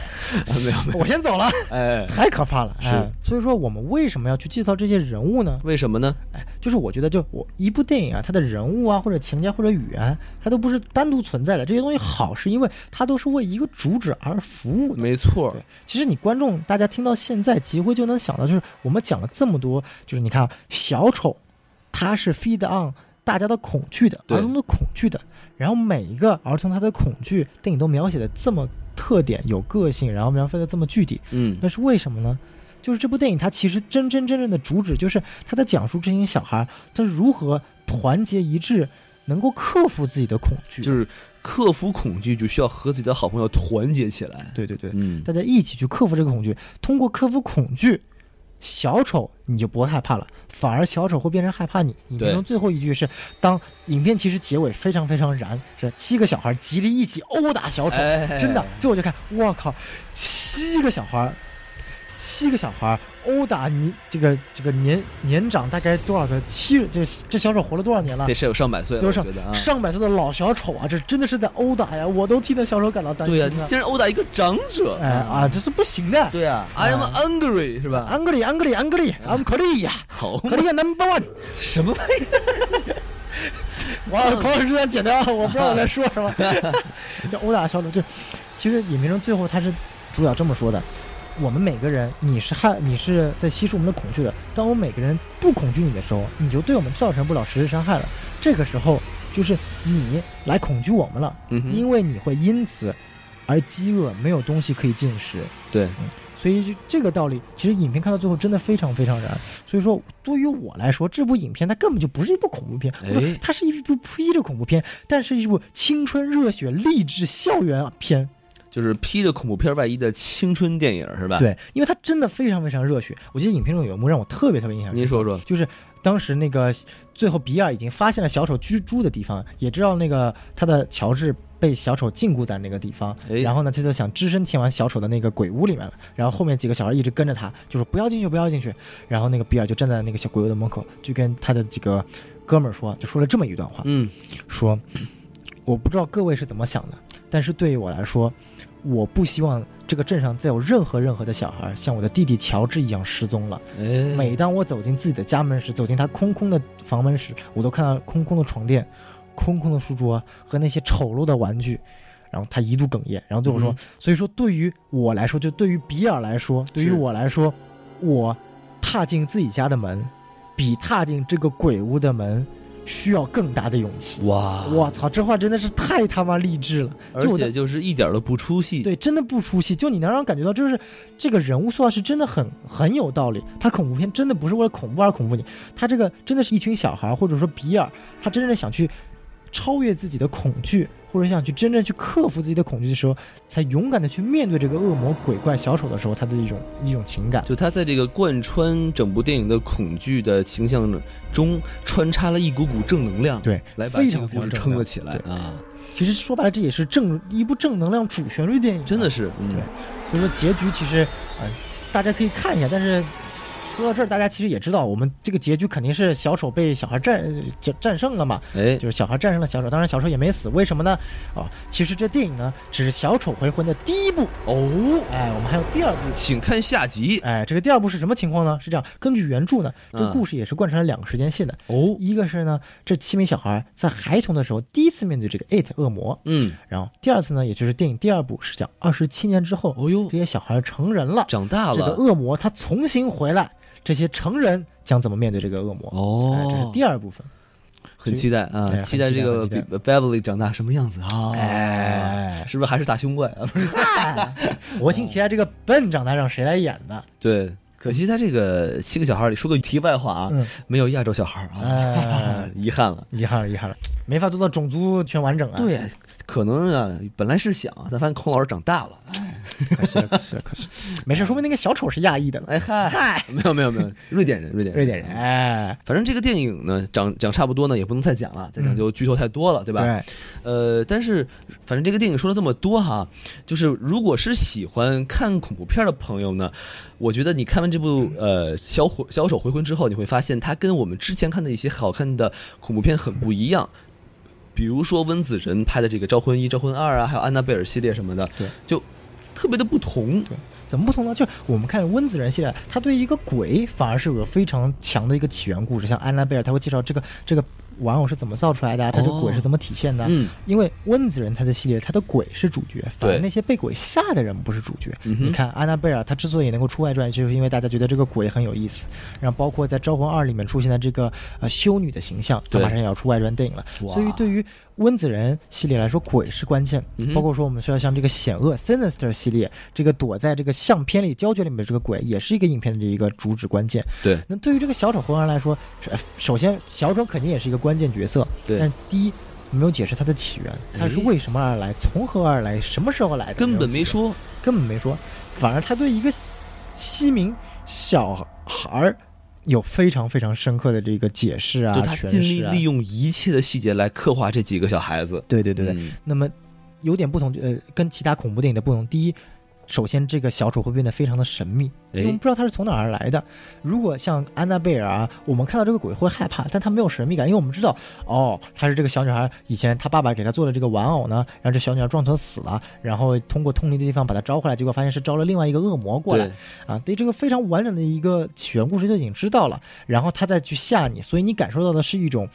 没有没有，
我先走了，
哎，
太可怕了。
是
哎，所以说我们为什么要去介绍这些人物呢？
为什么呢？
哎，就是我觉得，就我一部电影啊，它的人物啊，或者情节或者语言啊，它都不是单独存在的。这些东西好，是因为它都是为一个主旨而服务的。
没错
对，其实你观众大家听到现在，几乎就能想到，就是我们讲了这么多，就是你看啊小丑，他是 feed on 大家的恐惧的，
对
儿童的恐惧的，然后每一个儿童他的恐惧，电影都描写的这么特点，有个性，然后描绘的这么具体，
嗯，
那是为什么呢？就是这部电影它其实真真正正的主旨就是它在讲述这些小孩儿他如何团结一致，能够克服自己的恐惧。
就是是克服恐惧，就需要和自己的好朋友团结起来。
对对对，
嗯，
大家一起去克服这个恐惧，通过克服恐惧。小丑你就不会害怕了，反而小丑会变成害怕你。影片
对
中最后一句是，当影片其实结尾非常非常燃，是七个小孩极力一起殴打小丑，
哎
真的，最后就看，我靠，七个小孩儿，七个小孩儿殴打你这个这个年年长大概多少岁？七这这小丑活了多少年了
得？是有上百岁了，
多
我
少
觉得啊。
上百岁的老小丑啊，这真的是在殴打呀！我都替那小丑感到担
对
心
呀，你
啊！
竟然殴打一个长者，嗯
哎啊，哎这是不行的。
对呀，I am angry 是吧？
安格里，安格里，安格里，安格里呀，
好，
格里亚 number one。
什么玩意儿？
*laughs* 我口齿之前剪掉，我不知道我在说
*laughs*
什么。这殴打小丑，就其实影片中最后他是主角这么说的：我们每个人，你是害，你是在吸收我们的恐惧的。当我们每个人不恐惧你的时候，你就对我们造成不了实质伤害了。这个时候，就是你来恐惧我们了，
嗯哼
因为你会因此而饥饿，没有东西可以进食。
对，
所以就这个道理，其实影片看到最后真的非常非常燃。所以说，对于我来说，这部影片它根本就不是一部恐怖片，
哎
或者它是一部披着恐怖片，但是一部青春热血励志校园片。
就是披着恐怖片外衣的青春电影是吧？，
对，因为它真的非常非常热血。我记得影片中有一幕让我特别特别印象深
您
刻，
说说，
就是当时那个最后比尔已经发现了小丑居住的地方，也知道那个他的乔治。被小丑禁锢在那个地方，
哎
然后呢，他就想只身前往小丑的那个鬼屋里面了。然后后面几个小孩一直跟着他，就说不要进去，不要进去。然后那个比尔就站在那个小鬼屋的门口，就跟他的几个哥们儿说，就说了这么一段话，
嗯，
说我不知道各位是怎么想的，但是对于我来说，我不希望这个镇上再有任何任何的小孩像我的弟弟乔治一样失踪了。
哎，
每当我走进自己的家门时，走进他空空的房门时，我都看到空空的床垫、空空的书桌和那些丑陋的玩具。然后他一度哽咽，然后最后说：“
嗯
所以说，对于我来说，就对于比尔来说，对于我来说，我踏进自己家的门，比踏进这个鬼屋的门需要更大的勇气。”
哇
我操，这话真的是太他妈励志了！
而
就我
且
的
就是一点都不出戏，
对，真的不出戏，就你能让人感觉到，就是这个人物塑造是真的很很有道理。他恐怖片真的不是为了恐怖而恐怖你，他这个真的是一群小孩儿，或者说比尔，他真正想去超越自己的恐惧，或者想去真正去克服自己的恐惧的时候，才勇敢的去面对这个恶魔、鬼怪、小丑的时候，他的一种一种情感。
就他在这个贯穿整部电影的恐惧的形象中，穿插了一股股正能量，，
对，
来把
非
这
常
个
非
故事
常正
撑
能
了
量
起来
对
啊，
其实说白了，这也是正一部正能量主旋律电影啊，
真的是，嗯
对，所以说结局其实，呃，大家可以看一下，但是。说到这儿，大家其实也知道，我们这个结局肯定是小丑被小孩战呃战战胜了嘛，
哎，
就是小孩战胜了小丑。当然，小丑也没死，为什么呢？哦，其实这电影呢，只是小丑回魂的第一部，
哦，
哎，我们还有第二部。
请看下集
哎，这个第二部是什么情况呢？是这样，根据原著呢，这个
嗯
故事也是贯穿了两个时间线的。
哦，
一个是呢，这七名小孩在孩童的时候第一次面对这个 it 恶魔，
嗯，
然后第二次呢，也就是电影第二部是讲二十七年之后，
哦呦
这，些小孩成人了，
长大
这个
了，
恶魔他重新回来，这些成人将怎么面对这个恶魔？哎，这是
哦，
第二部分。
很期待啊
哎，很
期待
期待
这个
很期待
Be- Beverly 长大什么样子啊？
哎
是不是还是大胸怪啊？ *laughs* 不是，
我挺期待这个笨长大让谁来演的？
对。可惜在这个七个小孩里，说个题外话啊，
嗯
没有亚洲小孩啊
哎，
*laughs* 遗憾了。哎
遗憾了，遗憾了，没法做到种族全完整
啊
啊！
对，可能啊，本来是想，但发现孔老师长大了，
可惜了，可惜了，可惜。没事，说明那个小丑是亚裔的呢。
哎嗨，
嗨，
*laughs* 没有没有没有，瑞典人，瑞典人，
瑞典人，。哎，
反正这个电影呢，讲讲差不多呢，也不能再讲了，再讲就剧透太多了，对吧？
嗯对，
呃，但是反正这个电影说了这么多哈，就是如果是喜欢看恐怖片的朋友呢，我觉得你看完这部呃《小火小丑回魂》之后，你会发现它跟我们之前看的一些好看的恐怖片很不一样。比如说温子仁拍的这个《招魂一》《招魂二》啊，还有安娜贝尔系列什么的，
对，
就特别的不同。
怎么不同呢？就是我们看温子仁系列，他对一个鬼反而是有个非常强的一个起源故事，像安娜贝尔，他会介绍这个这个玩偶是怎么造出来的啊，他这
哦
鬼是怎么体现的啊。
嗯
因为温子仁他的系列，他的鬼是主角，反而
对
那些被鬼吓的人不是主角。
嗯哼
你看安娜贝尔，他之所以能够出外传，就是因为大家觉得这个鬼很有意思。然后包括在《招魂二》里面出现的这个呃修女的形象，他
对
马上也要出外传电影了。
哇
所以对于温子仁系列来说，鬼是关键。
嗯哼
包括说我们需要像这个险恶 Sinister 系列，这个躲在这个相片里胶卷里面的这个鬼，也是一个影片的一个主旨关键。
对，
那对于这个小丑回魂来说，是首先小丑肯定也是一个关键角色，
对
但是第一没有解释它的起源，它是
哎
为什么而来，从何而来，什么时候来的，
根本
有解
没
释，
说。
根本没说，反而他对一个七名小孩儿有非常非常深刻的这个解释啊，
就他
诠
尽力
释啊
利用一切的细节来刻画这几个小孩子。
对对对对，
嗯
那么有点不同，呃，跟其他恐怖电影的不同。第一，首先这个小丑会变得非常的神秘，因为我们
哎
不知道他是从哪儿来的。如果像安娜贝尔啊，我们看到这个鬼会害怕，但他没有神秘感，因为我们知道，哦，她是这个小女孩以前她爸爸给她做的这个玩偶呢，让这小女孩撞车死了，然后通过通灵的地方把她招回来，结果发现是招了另外一个恶魔过来
对
啊。对这个非常完整的一个起源故事就已经知道了，然后他再去吓你，所以你感受到的是一种。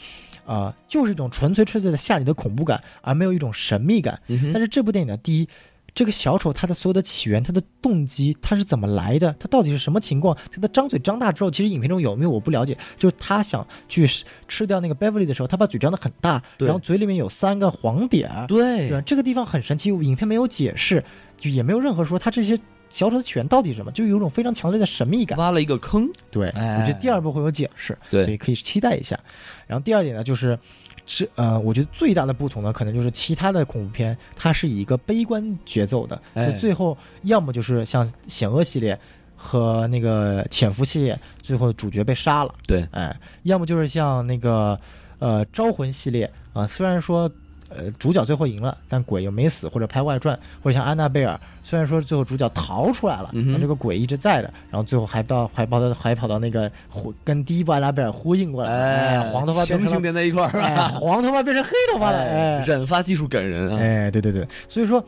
啊、就是一种纯粹纯粹的吓你的恐怖感，而没有一种神秘感。
嗯哼
但是这部电影呢，第一，这个小丑他的所有的起源、他的动机、他是怎么来的，他到底是什么情况？他的张嘴张大之后，其实影片中有没有我不了解，就是他想去吃吃掉那个 Beverly 的时候，他把嘴张得很大，
对
然后嘴里面有三个黄点儿。
对
对吧，这个地方很神奇，影片没有解释，就也没有任何说他这些小丑的起源到底是什么，就有一种非常强烈的神秘感。
挖了一个坑，
对，
哎
我觉得第二部会有解释，
对
所以可以期待一下。然后第二点呢，就是这呃，我觉得最大的不同呢，可能就是其他的恐怖片它是以一个悲观节奏的，
哎
就最后要么就是像《险恶》系列和那个《潜伏》系列，最后主角被杀了，
对，
哎，要么就是像那个呃《招魂》系列啊、虽然说。呃，主角最后赢了，但鬼又没死，或者拍外传，或者像安娜贝尔，虽然说最后主角逃出来了，
嗯哼
但这个鬼一直在的，然后最后还到还跑到还跑到那个呼跟第一部安娜贝尔呼应过来，哎，黄头发变
强行
成了
连在一块儿
哎，
了，
黄头发变成黑头发了，哎，
染发技术感人啊，
哎，对对对，所以说。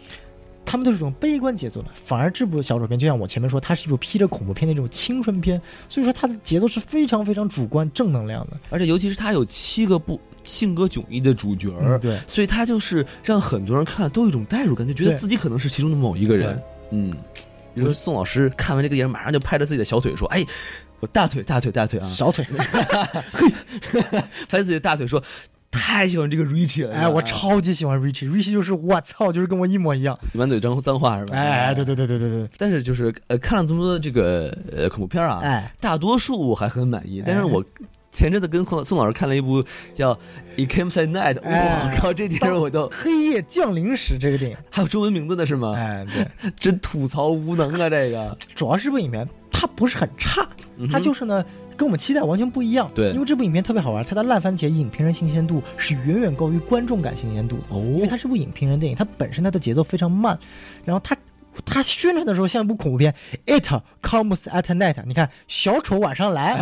他们都是一种悲观节奏的，反而这部小丑片就像我前面说，它是一部披着恐怖片的这种青春片，所以说它的节奏是非常非常主观、正能量的。
而且尤其是他有七个不性格迥异的主角儿，
嗯对
所以他就是让很多人看了都有一种代入感，就觉得
对
自己可能是其中的某一个人
对，
嗯。你说宋老师看完这个电影，马上就拍着自己的小腿说：“哎，我大腿，大腿，大腿啊！”
小腿，
拍自己的大腿说：“太喜欢这个 Richie 了。”
哎，我，超级喜欢 Richie，Richie 就是我操，就是跟我一模一样。
满嘴脏脏话是吧？
哎，对对对对对对，
但是就是呃，看了这么多这个呃恐怖片儿啊，
哎
大多数我还很满意。但是
哎
我前阵子跟宋宋老师看了一部叫《It Came at Night》，
哎
我靠，这电影我都
黑夜降临时这个电影，
还有中文名字呢是吗？
哎，对，
真吐槽无能啊，这个
主要是这部影片它不是很差，
嗯
它
哼
就是呢跟我们期待完全不一样。
对
因为这部影片特别好玩，它的烂番茄影评人新鲜度是远远高于观众感新鲜度的。
哦
因为它是部影评人电影，它本身它的节奏非常慢，然后它。它宣传的时候像一部恐怖片，It comes at night。你看，小丑晚上来，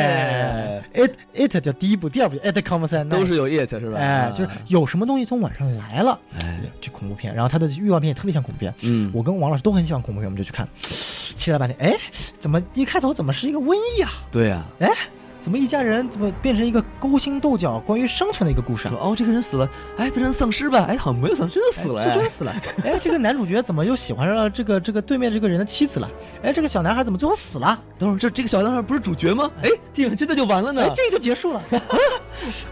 哎
，It It 叫第一部，第二部就 It comes at night，
都是有 it 是吧？
哎
啊，
就是有什么东西从晚上来了，
哎
这恐怖片。然后它的预告片也特别像恐怖片，
嗯
我跟王老师都很喜欢恐怖片，我们就去看，期待半天，哎，怎么一开头怎么是一个瘟疫啊？
对啊，
哎，怎么一家人怎么变成一个勾心斗角、关于生存的一个故事啊
说？哦这个人死了，哎变成丧尸吧，哎好像没有丧尸死了，
就真死了！哎，这个男主角怎么又喜欢上了这个这个对面这个人的妻子了？哎，这个小男孩怎么最后死了？
等会儿这这个小男孩不是主角吗？哎电影真的就完了呢
哎，？这就结束了。 *laughs*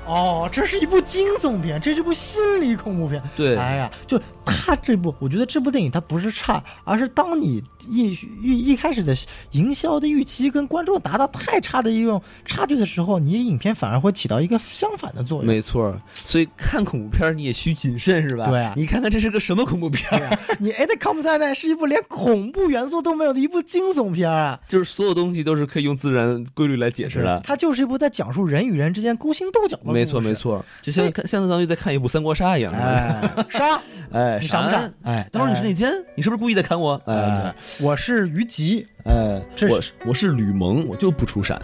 哦，这是一部惊悚片，这是一部心理恐怖片。
对
哎呀，就他这部，我觉得这部电影它不是差，而是当你一预一开始的营销的预期跟观众达到太差的一种差拉锯的时候，你影片反而会起到一个相反的作用。
没错，所以看恐怖片儿你也需谨慎，是吧？
对啊
你看看这是个什么恐怖片儿
对啊，你《It Comes at Night》是一部连恐怖元素都没有的一部惊悚片儿啊！
就是所有东西都是可以用自然规律来解释的。
它就是一部在讲述人与人之间勾心斗角的故事。
没错，没。错，就像看相当于在看一部三国杀一样。是吧
哎，杀！
哎，
你闪不闪
闪？哎，等会儿你是内奸，你是不是故意在砍我？ *laughs* 哎
哎，我是于吉。
对，哎，
这是
我是我是吕蒙，我就不出闪。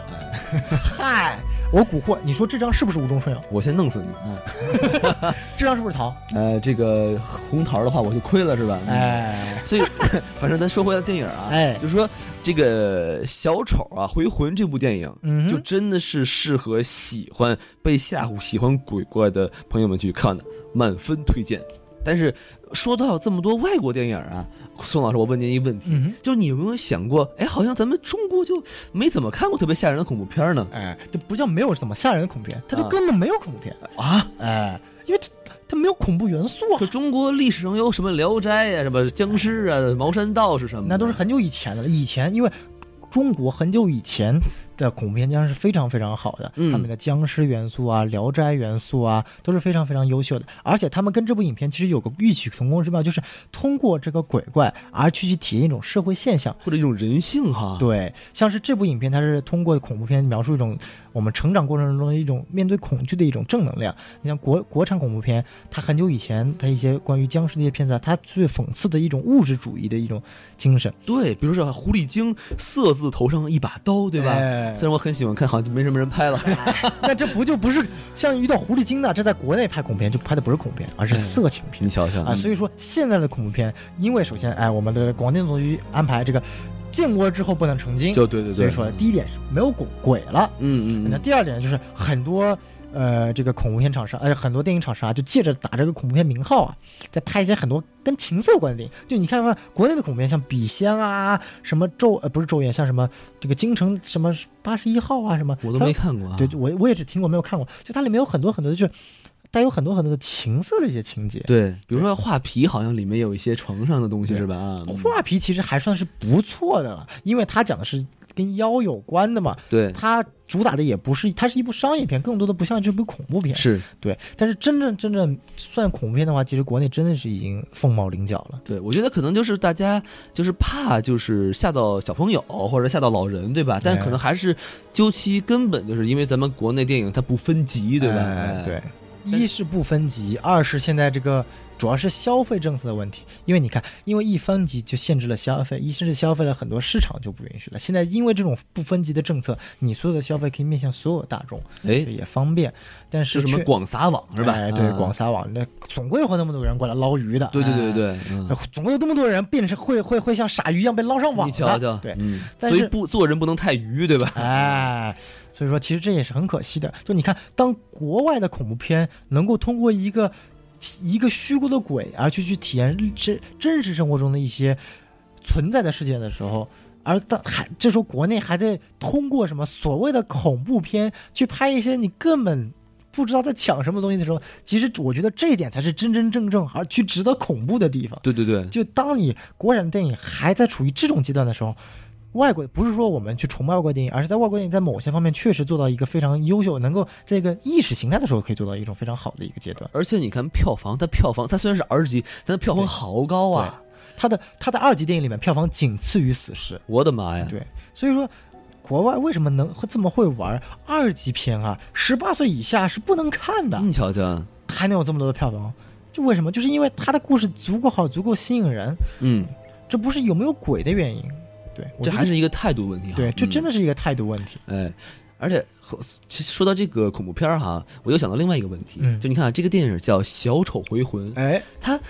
哎，
嗨，我蛊惑你说这张是不是无中生有？
我先弄死你。
嗯这张是不是逃？
哎，这个红桃的话我就亏了，是吧？。
哎，
所以， *laughs* 反正咱说回到电影啊，
哎
就是说这个小丑啊，《回魂》这部电影，
嗯哼
就真的是适合喜欢被吓唬、喜欢鬼怪的朋友们去看的，满分推荐。但是说到这么多外国电影啊，宋老师，我问您一个问题，
嗯哼
就你有没有想过，哎，好像咱们中国就没怎么看过特别吓人的恐怖片呢？
哎，这不叫没有怎么吓人的恐怖片，它就
啊
根本没有恐怖片。
啊，
哎，因为它它没有恐怖元素啊
就，中国历史上有什么《聊斋》啊，什么僵尸啊、茅山道士什么的，
那都是很久以前的了。以前因为中国很久以前的恐怖片将是非常非常好的，
嗯
他们的僵尸元素啊、聊斋元素啊都是非常非常优秀的。而且他们跟这部影片其实有个异曲同工之妙，就是通过这个鬼怪而去去体验一种社会现象。
或者一种人性哈。
对，像是这部影片，它是通过恐怖片描述一种我们成长过程中的一种面对恐惧的一种正能量。你像国国产恐怖片，它很久以前它一些关于僵尸的一些片子啊，它最讽刺的一种物质主义的一种精神，
对，比如说狐狸精色字头上一把刀，对吧？
哎
虽然我很喜欢看，好像没什么人拍了。
*laughs* 那这不就不是像遇到狐狸精呢？这在国内拍恐怖片就拍的不是恐怖片，
哎
而是色情片
你瞧瞧
啊。所以说现在的恐怖片，因为首先哎，我们的广电总局安排这个建国之后不能成精，
就嗯对对对，
所以说第一点是没有鬼鬼了。
嗯嗯
那
嗯，
第二点就是很多呃这个恐怖片厂商，哎、很多电影厂商啊，就借着打这个恐怖片名号啊，在拍一些很多跟情色有关的电影。就你看看国内的恐怖片，像《笔仙》啊，什么咒呃不是咒怨，像什么这个京城什么八十一号啊什么，
我都
它
没看过啊。
对，就我我也只听过没有看过，就它里面有很多很多就是带有很多很多的情色的一些情节。
对，比如说画皮，好像里面有一些床上的东西，是吧？啊，嗯
画皮其实还算是不错的了，因为它讲的是跟妖有关的嘛，
对，
它主打的也不是，它是一部商业片，更多的不像这部恐怖片。
是
对，但是真正真正算恐怖片的话，其实国内真的是已经凤毛麟角了。
对，我觉得可能就是大家就是怕就是吓到小朋友或者吓到老人，对吧？但
哎
可能还是究其根本，就是因为咱们国内电影它不分级，对吧？
哎
哎，
对，嗯一是不分级，二是现在这个主要是消费政策的问题，因为你看，因为一分级就限制了消费，一甚至消费了很多市场就不允许了。现在因为这种不分级的政策，你所有的消费可以面向所有大众，
哎
这，也方便。但
就是什么
却
广撒网是吧？
哎，对，
啊
广撒网，那总归会有那么多人过来捞鱼的。
对对
哎
对。对，嗯
那总会有那么多人变成会会会像傻鱼一样被捞上网的，
你瞧瞧，
对，
嗯，
但
所以
是
不做人不能太愚，对吧？
*laughs* 哎，所以说其实这也是很可惜的。就你看，当国外的恐怖片能够通过一个一个虚构的鬼，而去去体验真真实生活中的一些存在的事件的时候。而当还这时候国内还在通过什么所谓的恐怖片去拍一些你根本不知道在讲什么东西的时候，其实我觉得这一点才是真真正正而去值得恐怖的地方。
对对对，
就当你国产电影还在处于这种阶段的时候，外国不是说我们去崇拜外国电影，而是在外国电影在某些方面确实做到一个非常优秀，能够在一个意识形态的时候可以做到一种非常好的一个阶段。
而且你看票房，它票房它虽然是 R 级，但它票房好高啊！
他的他的二级电影里面票房仅次于《死侍
我的妈呀》，！
对，所以说。国外为什么能会这么会玩二级片啊？十八岁以下是不能看的，
你瞧啊瞧，
还能有这么多的票房，就为什么？就是因为他的故事足够好，足够吸引人，
嗯，
这不是有没有鬼的原因。对，我
这
觉得
还是一个态度问题哈。
对，这真
的
的是一个态度问题。
哎，而且其实说到这个恐怖片儿哈，我又想到另外一个问题
嗯，
就你看啊这个电影叫《小丑回魂》，
哎，
它。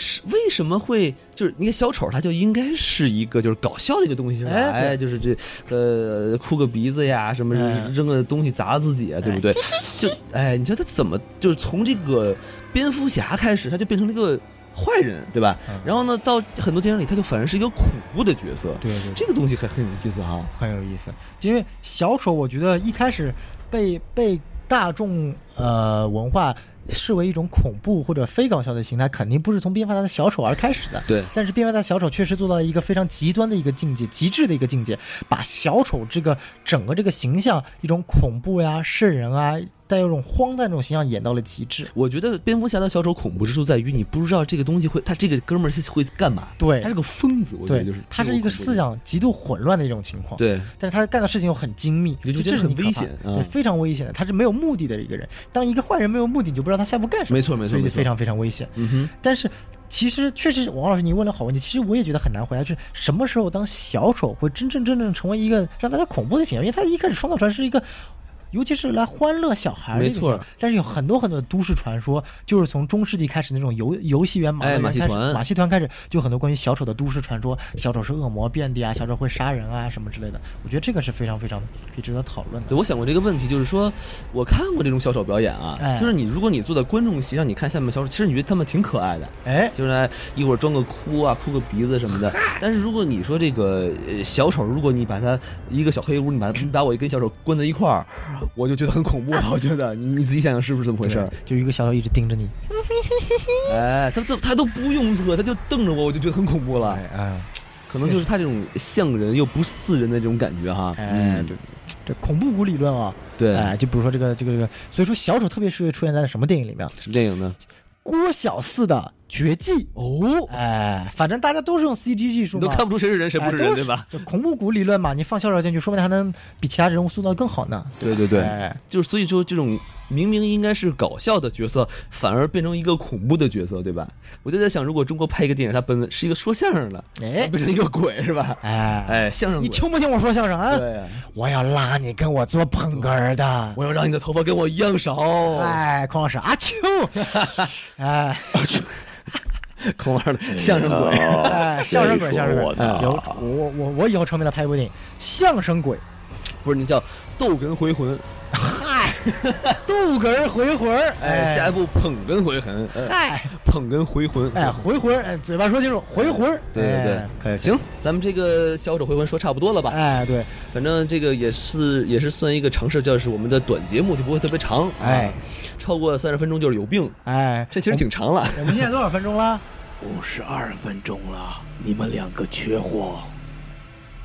是为什么会就是那个小丑，他就应该是一个就是搞笑的一个东西，是吧？
哎对
哎，就是这呃哭个鼻子呀，什么
哎
扔个东西砸自己啊，对不对？就哎，你说他怎么就是从这个蝙蝠侠开始，他就变成了一个坏人，对吧？
嗯
然后呢，到很多电影里，他就反而是一个恐怖的角色，
对对对，
这个东西还很有意思哈。啊
很有意思。因为小丑，我觉得一开始被被大众呃文化视为一种恐怖或者非搞笑的形态，肯定不是从蝙蝠侠的小丑而开始的。
对
但是蝙蝠侠小丑确实做到了一个非常极端的一个境界，极致的一个境界，把小丑这个整个这个形象，一种恐怖呀、瘆人啊，带有一种荒诞这种形象演到了极致。
我觉得蝙蝠侠的小丑恐怖之处在于，你不知道这个东西会，他这个哥们儿是会干嘛？
对
他是个疯子，我觉得
对，
就是
他是一个思，想极度混乱的一种情况。
对
但是他干的事情又很精密，
你就
就
觉得
这是
很
你可
危
怕
险
对，
嗯
非常危险的。他是没有目的的一个人。当一个坏人没有目的，你就不知道他下一步干什么，
没错没错
所以就
没错
非常非常危险。
嗯哼，
但是其实确实，王老师您问了好问题，其实我也觉得很难回答，就是什么时候当小丑会真正真正成为一个让大家恐怖的形象？因为他一开始创造出来是一个。尤其是来欢乐小孩儿的
没
一个
错
形象，但是有很多很多的都市传说，就是从中世纪开始那种游游戏园马
哎
戏
马戏
团开
团
始，马戏团开始就很多关于小丑的都市传说，小丑是恶魔遍地啊，小丑会杀人啊什么之类的。我觉得这个是非常非常可以值得讨论的。
对我想过这个问题，就是说，我看过这种小丑表演啊，
哎
就是你如果你坐在观众席，让你看下面的小丑，其实你觉得他们挺可爱的，
哎，
就是哎一会儿装个哭啊，哭个鼻子什么
*laughs*
的。但是如果你说这个呃小丑，如果你把他一个小黑屋，你把他把我跟小丑关在一块儿，我就觉得很恐怖啊了。我觉得你你自己想想是不是这么回事儿？
就一个小丑一直盯着你，
哎，他都他都不用说，他就瞪着我，我就觉得很恐怖了。
哎，
可能就是他这种像人又不似人的这种感觉哈。
哎
嗯，
对这恐怖谷理论啊，
对，
哎，就比如说这个这个这个，所以说小丑特别适合出现在什么电影里面？
什么电影呢？
郭小四的绝技。
哦，
哎，反正大家都是用 CG 技术
你
嘛，
都看不出谁是人谁不是人，
哎
对吧？？
都是就恐怖谷理论嘛，你放小丑进去，说不定还能比其他人物塑造得更好呢。
对对对，
哎
就是所以说这种明明应该是搞笑的角色，反而变成一个恐怖的角色，对吧？我就在想，如果中国拍一个电影，它本是一个说相声的，它
哎
变成一个鬼是吧？
哎
哎，相声
你
鬼。
听不听我说相声啊？
对啊，
我要拉你跟我做捧哏的。
我要让你的头发跟我一样少。
哎，孔老师，阿秋，哎
孔二的相声鬼，
哎，相声鬼，
谁
相声
说
鬼
我，呢
有我我我以后成名了，拍一部电影，相声鬼，
*laughs* 不是那叫逗哏回魂，
嗨，逗哏儿回魂儿，
哎，下一步捧哏回魂，哎
嗨，
捧哏回魂，
哎，回魂儿，哎，嘴巴说清楚，回魂儿，
对对对
哎，可以，
行，咱们这个小丑回魂说差不多了吧？
哎，对，
反正这个也是也是算一个尝试，就是我们的短节目就不会特别长，啊
哎，
超过三十分钟就是有病，
哎，
这其实挺长了。
我们现在多少分钟了？
五十二分钟了，你们两个缺货。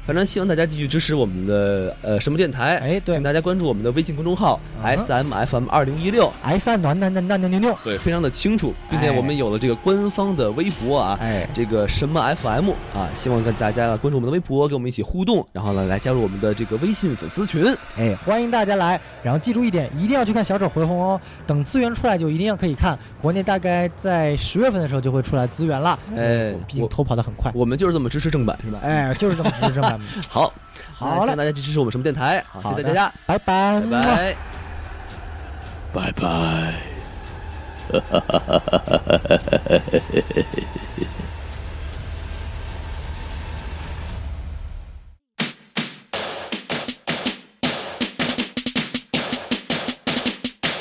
反正希望大家继续支持我们的呃什么电台，
哎对
请大家关注我们的微信公众号
嗯
S M F M 二零一六。
哎，三暖暖暖暖暖暖，
对，非常的清楚，并且
哎
我们有了这个官方的微博啊，
哎
这个什么 FM 啊，希望跟大家关注我们的微博，跟我们一起互动，然后呢来加入我们的这个微信粉丝群。
哎，欢迎大家来，然后记住一点，一定要去看小丑回魂哦，等资源出来就一定要可以看，国内大概在十月份的时候就会出来资源了，
哎
毕竟
我
偷跑的很快，
*laughs* 我们就是这么支持正版，是吧？
哎，就是这么支持正
*laughs*
版，
好，那
好
希
嘞
望，大家支持我们什么电台，好，
好
谢
的
谢大家，
拜拜，
拜。拜。
拜拜。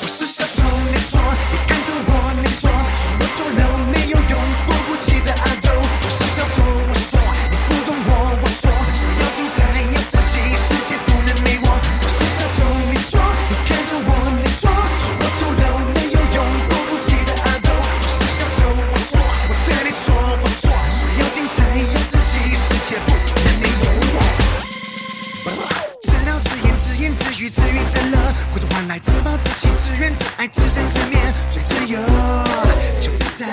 我是小丑，你说你跟着我，你说说我丑陋，没有用，付不起的爱豆。我是小丑，我说你不懂我，我说说要精彩，要刺激，世界不能没我。我是小丑，你说你跟着我，你说说我丑陋，没有用，付不起的爱豆。我是小丑，我说我对你说，我说说要精彩，要刺激，世界不能没有我。自导自演自言自语自娱自乐，苦中换来自暴自弃自怨自艾自生自灭，最自由就自在，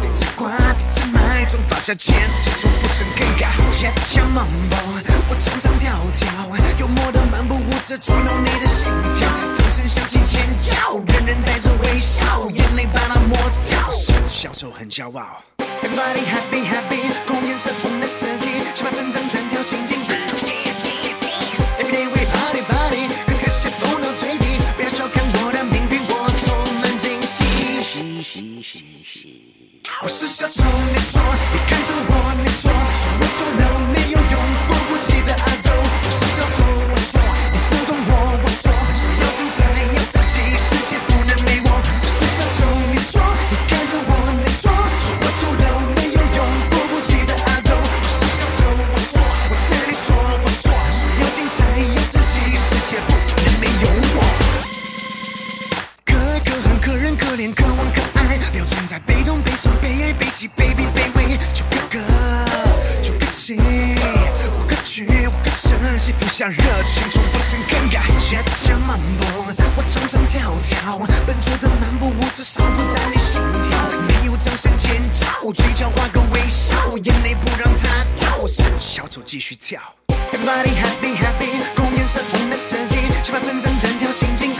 别自夸别自卖，总放下前始终不曾更改。坚强忙忙，我常常跳跳，幽默的漫步舞姿捉弄你的心跳，掌声响起尖叫，人人带着微笑，眼泪把它抹掉，小丑很骄傲。Everybody happy happy，公演生活的自己，下班分站单挑心境。Every day we party party，跟这个世界疯到最低，不要小看我的命运，我充满惊喜。我是小丑，你说你看着我，你说说我丑陋，没有用，付不起的爱豆。我是小丑，我说你不懂我，我说说要精彩，要刺激，世界不能没我。我是小丑，你说你看着我，你说说我丑陋，没有用，付不起的爱豆。我是小丑，我说我对你说，我说说要精彩，要刺激，世界不能没有我。下热情，冲动性更改，节奏慢步。我常常跳跳，笨拙的漫步，我至少不在你心跳。没有掌声尖叫，嘴角画个微笑，眼泪不让它掉，伸小手继续跳。Everybody happy happy，公眼神红的刺激，七八分真弹跳心境